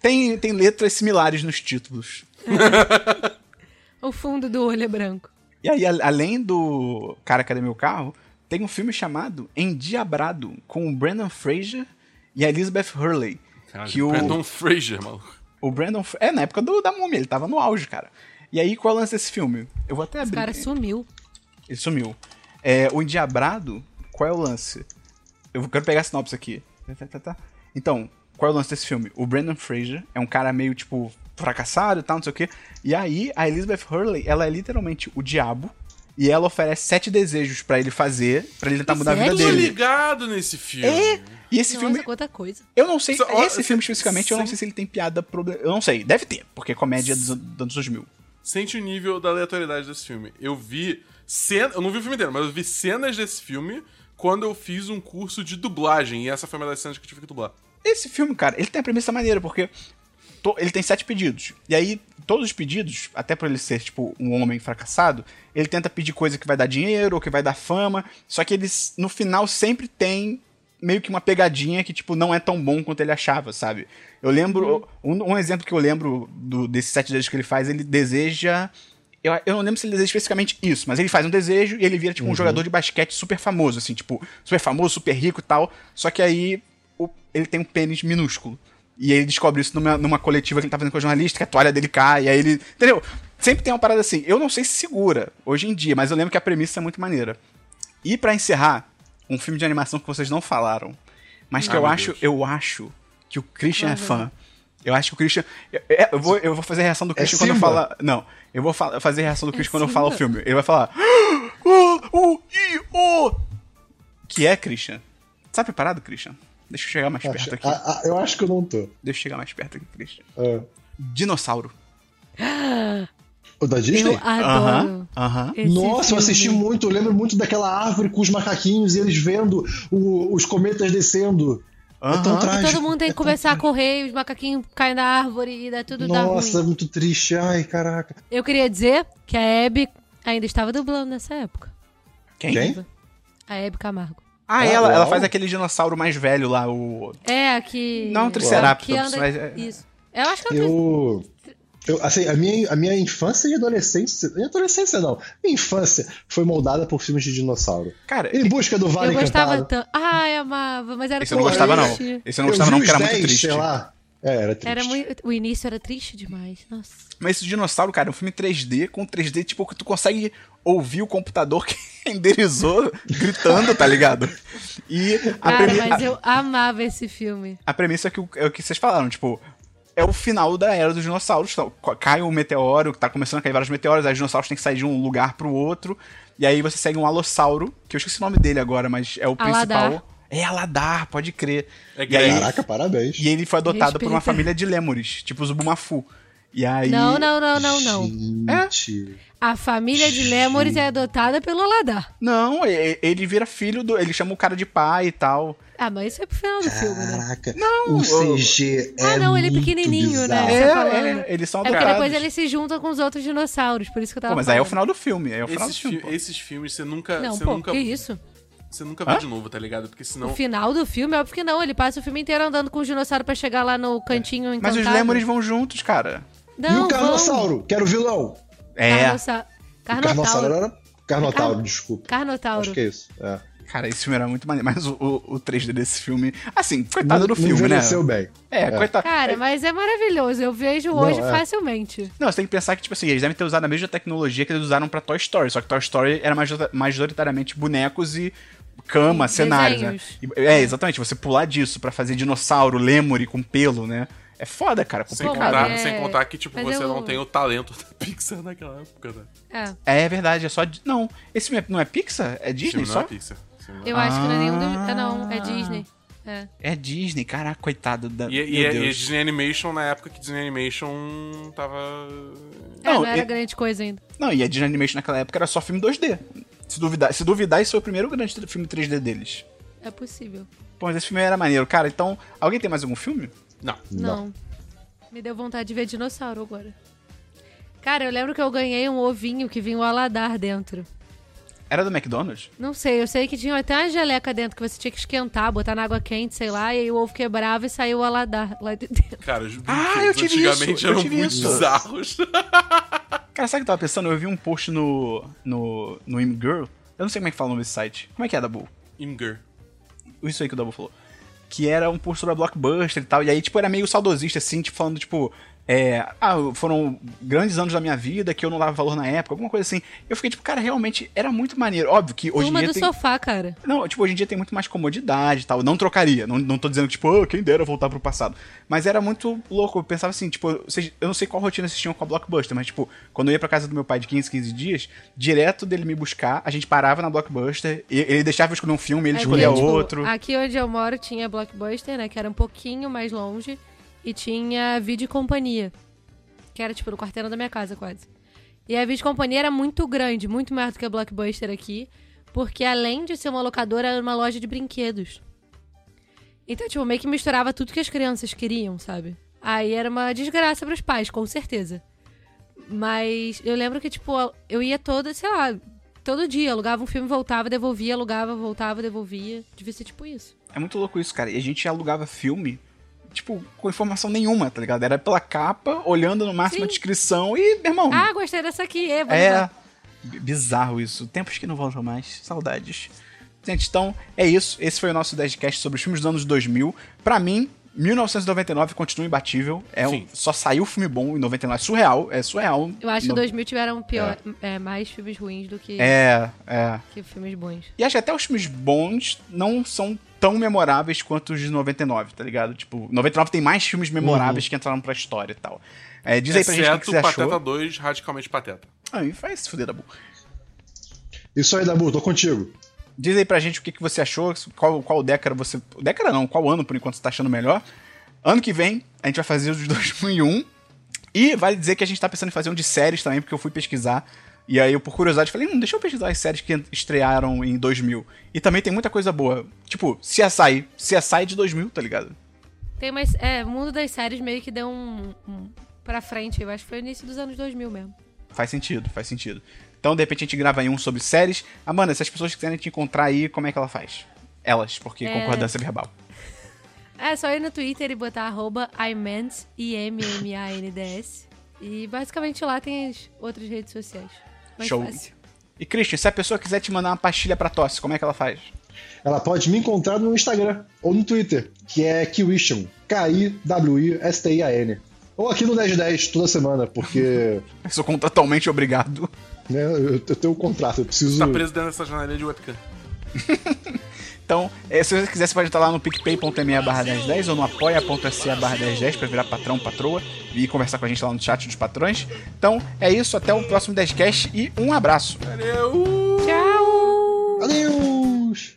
Speaker 1: Tem, tem letras similares nos títulos.
Speaker 4: O fundo do olho é branco.
Speaker 1: E aí, a- além do Cara, Cadê Meu Carro? Tem um filme chamado Endiabrado, com o Brandon Fraser e a Elizabeth Hurley.
Speaker 3: Caralho,
Speaker 1: que o,
Speaker 3: Brandon Fraser, maluco.
Speaker 1: o Brandon... Fra- É, na época do, da múmia, ele tava no auge, cara. E aí, qual é o lance desse filme? Eu vou até
Speaker 4: Esse
Speaker 1: abrir.
Speaker 4: cara sumiu.
Speaker 1: Ele sumiu. É, o Endiabrado, qual é o lance? Eu quero pegar a sinopse aqui. Tá, tá, tá. Então, qual é o lance desse filme? O Brandon Fraser é um cara meio, tipo, fracassado e tal, não sei o quê. E aí, a Elizabeth Hurley, ela é literalmente o diabo. E ela oferece sete desejos pra ele fazer, pra ele tentar mudar a vida
Speaker 4: Sério?
Speaker 3: Tô
Speaker 1: É dele.
Speaker 3: ligado nesse filme.
Speaker 1: É! E esse
Speaker 4: Nossa,
Speaker 1: filme,
Speaker 4: quanta coisa.
Speaker 1: eu não sei,
Speaker 3: Só- ó,
Speaker 1: esse filme especificamente, eu não
Speaker 3: sim.
Speaker 1: sei se ele tem piada problema. Eu não sei, deve ter, porque é comédia dos, an- dos anos 2000.
Speaker 3: Sente o nível da aleatoriedade desse filme. Eu vi cenas. Eu não vi o filme inteiro, mas eu vi cenas desse filme quando eu fiz um curso de dublagem. E essa foi uma das cenas que eu tive que dublar.
Speaker 1: Esse filme, cara, ele tem a premissa maneira, porque to- ele tem sete pedidos. E aí, todos os pedidos, até por ele ser, tipo, um homem fracassado, ele tenta pedir coisa que vai dar dinheiro ou que vai dar fama. Só que eles, no final, sempre tem meio que uma pegadinha que, tipo, não é tão bom quanto ele achava, sabe? Eu lembro. Um, um exemplo que eu lembro do, desses sete desejos que ele faz, ele deseja. Eu, eu não lembro se ele deseja especificamente isso, mas ele faz um desejo e ele vira, tipo, um jogador de basquete super famoso, assim, tipo, super famoso, super rico e tal. Só que aí o- ele tem um pênis minúsculo. E ele descobre isso numa, numa coletiva que ele tá fazendo com a jornalista, que a toalha dele cai, e aí ele. Entendeu? Sempre tem uma parada assim. Eu não sei se segura hoje em dia, mas eu lembro que a premissa é muito maneira. E pra encerrar, um filme de animação que vocês não falaram, mas que
Speaker 3: Ah,
Speaker 1: eu
Speaker 3: meu
Speaker 1: acho,
Speaker 3: Deus.
Speaker 1: eu acho que o Christian é
Speaker 4: Vai, vai.
Speaker 1: fã. Eu acho que o Christian. Eu, é, eu vou, eu vou fazer a reação do Christian quando eu
Speaker 2: Simba?
Speaker 1: falar. Não, eu vou fa- fazer a reação do Christian quando eu falar o
Speaker 4: É Simba?
Speaker 1: filme. Ele vai falar. "Ah, ah, oh, ih, oh." Que é, Christian? Tá preparado, Christian? Deixa eu chegar mais perto aqui.
Speaker 2: Ah, ah, eu acho que eu não tô.
Speaker 1: Deixa eu chegar mais perto aqui, Christian.
Speaker 2: Ah.
Speaker 1: Dinossauro.
Speaker 2: O da Disney?
Speaker 4: Eu adoro.
Speaker 1: Aham.
Speaker 4: ah, esse
Speaker 2: um- Nossa, eu
Speaker 4: filme.
Speaker 2: assisti muito. Eu lembro muito daquela árvore com os macaquinhos e eles vendo o- os cometas descendo. É tão
Speaker 1: Aham.
Speaker 4: E
Speaker 2: trágico.
Speaker 4: todo mundo tem que começar a correr, os macaquinhos caem da árvore e dá tudo dá
Speaker 2: Nossa, é
Speaker 4: ruim.
Speaker 2: muito triste. Ai, caraca.
Speaker 4: Eu queria dizer que a Hebe ainda estava dublando nessa época.
Speaker 1: Quem?
Speaker 2: Quem?
Speaker 4: A Hebe Camargo.
Speaker 1: Ah, ela, ela
Speaker 2: Uau.
Speaker 1: faz aquele dinossauro mais velho lá, o.
Speaker 4: É, a que.
Speaker 1: Não é um Triceratops,
Speaker 4: que anda-
Speaker 1: mas é-
Speaker 4: Isso. Eu acho que é um
Speaker 2: Eu. Eu, assim, a minha, a minha infância e adolescência. e Adolescência não. Minha infância foi moldada por filmes de dinossauro.
Speaker 1: Cara,
Speaker 2: Em busca do Vale
Speaker 4: eu gostava
Speaker 2: Encantado.
Speaker 4: tanto. Ai, amava, mas era
Speaker 1: esse eu
Speaker 4: tão
Speaker 1: não gostava, não.
Speaker 4: triste.
Speaker 1: Esse eu não gostava,
Speaker 2: vi
Speaker 1: não,
Speaker 2: os
Speaker 1: porque era muito
Speaker 2: 10,
Speaker 1: triste.
Speaker 2: Sei lá. É, era triste.
Speaker 4: Era muito... O início era triste demais. Nossa.
Speaker 1: Mas esse dinossauro, cara, é um filme 3D com 3D, tipo, que tu consegue ouvir o computador que renderizou gritando, tá ligado? E a,
Speaker 4: Cara,
Speaker 1: premi-
Speaker 4: mas eu amava esse filme.
Speaker 1: a premissa é, que, o- é o que vocês falaram, tipo, é o final da era dos dinossauros. tá? Co- Cai um meteoro, tá começando a cair vários meteoros, aí os dinossauros têm que sair de um lugar pro outro. E aí você segue um alossauro, que eu esqueci o nome dele agora, mas é o
Speaker 4: Aladar.
Speaker 1: principal. É Aladar, pode crer.
Speaker 3: É
Speaker 1: e, aí,
Speaker 2: Caraca, parabéns.
Speaker 1: e ele foi adotado por uma
Speaker 4: Respeita.
Speaker 1: família de lêmures, tipo os Bumafu. E aí.
Speaker 4: Não, não, não, não, não.
Speaker 2: Gente.
Speaker 4: A família de Lemures é adotada pelo Aladar.
Speaker 1: Não, e- e- ele vira filho do. Ele chama o cara de pai e tal.
Speaker 4: Ah, mas isso é pro final do filme, né?
Speaker 2: Caraca. Não, o CG é.
Speaker 4: Ah, não, ele é
Speaker 2: muito
Speaker 4: pequenininho, né?
Speaker 2: bizarro.
Speaker 4: Você
Speaker 1: É,
Speaker 4: tá falando.
Speaker 1: é, eles são
Speaker 4: É porque
Speaker 1: adotados.
Speaker 4: depois ele se junta com os outros dinossauros, por isso que eu tava
Speaker 1: Pô, mas aí é o
Speaker 4: falando.
Speaker 1: final do filme. aí É o final
Speaker 3: Esses,
Speaker 1: do filme.
Speaker 3: fi-
Speaker 1: pô.
Speaker 3: esses filmes você nunca.
Speaker 4: Não,
Speaker 3: você,
Speaker 4: pô,
Speaker 3: nunca
Speaker 4: que isso?
Speaker 3: você nunca vê
Speaker 1: Hã?
Speaker 3: de novo, tá ligado? Porque senão.
Speaker 4: O final do filme, óbvio que não. Ele passa o filme inteiro andando com o dinossauro pra chegar lá no cantinho
Speaker 1: Mas
Speaker 4: encantado.
Speaker 1: os Lemures vão juntos, cara.
Speaker 2: E
Speaker 4: Não,
Speaker 2: o Carnossauro, que era o vilão.
Speaker 4: vão.
Speaker 1: É.
Speaker 4: Carnossa-
Speaker 2: O Carnossauro
Speaker 4: Carnotauro.
Speaker 2: era. Carnotauro, desculpa. Acho
Speaker 4: Carnotauro.
Speaker 2: que é isso. É.
Speaker 1: Cara, esse filme era muito maneiro. Mas o, o, o 3D desse filme. Assim, coitado do filme, né?
Speaker 2: envelheceu bem.
Speaker 1: É, coitado.
Speaker 4: Cara, mas é maravilhoso. Eu vejo hoje
Speaker 2: é.
Speaker 4: facilmente.
Speaker 1: Não, você tem que pensar que, tipo assim, eles devem ter usado a mesma tecnologia que eles usaram pra Toy Story. Só que Toy Story era majorita- majoritariamente bonecos e cama,
Speaker 4: E
Speaker 1: cenários, né?
Speaker 4: desenhos.
Speaker 1: E- É, exatamente. Você pular disso pra fazer dinossauro, lemure com pelo, né? É foda, cara.
Speaker 3: Sem
Speaker 4: Pô,
Speaker 1: Complicado.
Speaker 4: mas
Speaker 3: contar,
Speaker 4: é-
Speaker 3: sem contar que, tipo,
Speaker 4: mas
Speaker 3: você
Speaker 4: eu-
Speaker 3: não tem o talento da Pixar naquela época, né?
Speaker 4: É,
Speaker 1: É verdade, é só. Di- Não, esse filme é- não é Pixar? É
Speaker 3: Esse
Speaker 1: Disney
Speaker 3: filme não
Speaker 1: só?
Speaker 3: é Pixar. Esse filme não é-
Speaker 4: eu acho que não é nenhum.
Speaker 1: Ah.
Speaker 4: Do... É, não, é Disney. É.
Speaker 1: É Disney, caraca, coitado da.
Speaker 3: E, é, e,
Speaker 1: meu
Speaker 3: e
Speaker 1: Deus.
Speaker 3: Disney Animation na época que Disney Animation tava.
Speaker 4: É,
Speaker 1: Não,
Speaker 4: não era
Speaker 1: e-
Speaker 4: grande coisa ainda.
Speaker 1: Não, e a Disney Animation naquela época era só filme 2D. Se duvidar, se duvidar esse foi o primeiro grande tri- filme 3D deles.
Speaker 4: É possível.
Speaker 1: Pô, mas esse filme era maneiro, cara. Então, alguém tem mais algum filme?
Speaker 3: Não.
Speaker 4: Não. Me deu vontade de ver dinossauro agora. Cara, eu lembro que eu ganhei um ovinho que vinha o aladar dentro.
Speaker 1: Era do McDonald's?
Speaker 4: Não sei, eu sei que tinha até uma geleca dentro que você tinha que esquentar, botar na água quente, sei lá, e aí o ovo quebrava e saiu o aladar lá de dentro.
Speaker 3: Cara, os
Speaker 1: Ah,
Speaker 3: brinquedos
Speaker 1: eu tive isso,
Speaker 3: antigamente
Speaker 1: eu
Speaker 3: eram
Speaker 1: tive
Speaker 3: muito
Speaker 1: isso.
Speaker 3: bizarros.
Speaker 1: Cara, sabe o que eu tava pensando? Eu vi um post no. no. no Imgirl. Eu não sei como é que fala o nome desse site. Como é que é, Dabu?
Speaker 3: Imgur.
Speaker 1: isso aí que o Dabu falou. Que era um post sobre a Blockbuster e tal. E aí, tipo, era meio saudosista, assim, tipo, falando, tipo, é, ah, foram grandes anos da minha vida que eu não dava valor na época, alguma coisa assim. Eu fiquei, tipo, cara, realmente era muito maneiro. Óbvio que hoje em
Speaker 4: Turma
Speaker 1: dia
Speaker 4: do
Speaker 1: tem.
Speaker 4: sofá, cara.
Speaker 1: Não, tipo, hoje em dia tem muito mais comodidade e tal. Não trocaria. Não, não tô dizendo que, tipo, "Ah, quem dera voltar pro passado. Mas era muito louco. Eu pensava assim, tipo, vocês- eu não sei qual rotina vocês tinham com a Blockbuster, mas, tipo, quando eu ia pra casa do meu pai de 15, 15 dias, direto dele me buscar, a gente parava na Blockbuster, e- ele deixava eu escolher um filme, ele
Speaker 4: É
Speaker 1: escolhia
Speaker 4: porque, tipo,
Speaker 1: outro.
Speaker 4: Aqui onde eu moro tinha Blockbuster, né? Que era um pouquinho mais longe. E tinha Vídeo e Companhia. Que era, tipo, no quarteirão da minha casa, quase. E a Vídeo e Companhia era muito grande, muito maior do que a Blockbuster aqui. Porque além de ser uma locadora, era uma loja de brinquedos. Então, tipo, meio que misturava tudo que as crianças queriam, sabe? Aí era uma desgraça pros pais, com certeza. Mas eu lembro que, tipo, eu ia toda, sei lá, todo dia. Alugava um filme, voltava, devolvia, alugava, voltava, devolvia. Devia ser tipo isso.
Speaker 1: É muito louco isso, cara. E a gente alugava filme, tipo, com informação nenhuma, tá ligado? Era pela capa, olhando no máximo a
Speaker 4: Sim.
Speaker 1: descrição e, meu irmão.
Speaker 4: Ah, gostei dessa aqui. É, vou
Speaker 1: é
Speaker 4: levar.
Speaker 1: bi- bizarro isso. Tempos que não voltam mais. Saudades. Gente, então é isso. Esse foi o nosso 10cast sobre os filmes dos anos 2000. Pra mim, 1999 continua imbatível. É um-
Speaker 3: Sim.
Speaker 1: só saiu filme bom em 99. É surreal. É surreal.
Speaker 4: Eu acho que
Speaker 1: No-
Speaker 4: 2000 tiveram pior, é, mais filmes ruins do que,
Speaker 1: É, é.
Speaker 4: que filmes bons.
Speaker 1: E acho que até os filmes bons não são tão memoráveis quanto os de 99, tá ligado? Tipo, 99 tem mais filmes memoráveis que entraram pra história e tal. É, diz aí pra gente o que que
Speaker 3: Exceto
Speaker 1: você
Speaker 3: Pateta
Speaker 1: achou.
Speaker 3: 2, radicalmente pateta.
Speaker 1: Ah, me faz se fuder da boca.
Speaker 2: Isso aí, Dabu, tô contigo.
Speaker 1: Diz aí pra gente o que, que você achou, qual, qual década você... Década não, qual ano, por enquanto, você tá achando melhor. Ano que vem, a gente vai fazer os de 2001. E vale dizer que a gente tá pensando em fazer um de séries também, porque eu fui pesquisar. E aí eu, por curiosidade, falei, hum, deixa eu pesquisar as séries que estrearam em 2000. E também tem muita coisa boa. Tipo, CSI. CSI de 2000, tá ligado?
Speaker 4: Tem mais. É, o mundo das séries meio que deu um. um pra frente. Eu acho que foi o início dos anos 2000 mesmo.
Speaker 1: Faz sentido, faz sentido. Então, de repente, a gente grava aí um sobre séries. Amanda, se as pessoas quiserem te encontrar aí, como é que ela faz? Elas, porque concordância verbal.
Speaker 4: É só ir no Twitter e botar arroba imans, I-M-M-A-N-D-S. E basicamente lá tem as outras redes sociais. Mais
Speaker 1: Show.
Speaker 4: fácil.
Speaker 1: E Christian, se a pessoa quiser te mandar uma pastilha pra tosse, como é que ela faz?
Speaker 2: Ela pode me encontrar no Instagram ou no Twitter, que é Kiwishan, K-I-W-I-S-T-I-A-N. Ou aqui no 1010 toda semana, porque
Speaker 1: Eu sou totalmente obrigado.
Speaker 2: né, eu, eu tenho um contrato, eu preciso.
Speaker 1: Hum.
Speaker 3: Tá preso dentro dessa janelinha de webcam.
Speaker 1: Então, eh, se você quiser, você pode entrar lá no picpay.me barra 1010 ou no apoia.se barra 1010 pra virar patrão, patroa e conversar com a gente lá no chat dos patrões. Então, é isso. Até o próximo 10cast e um abraço.
Speaker 3: Valeu!
Speaker 4: Tchau!
Speaker 2: Adeus!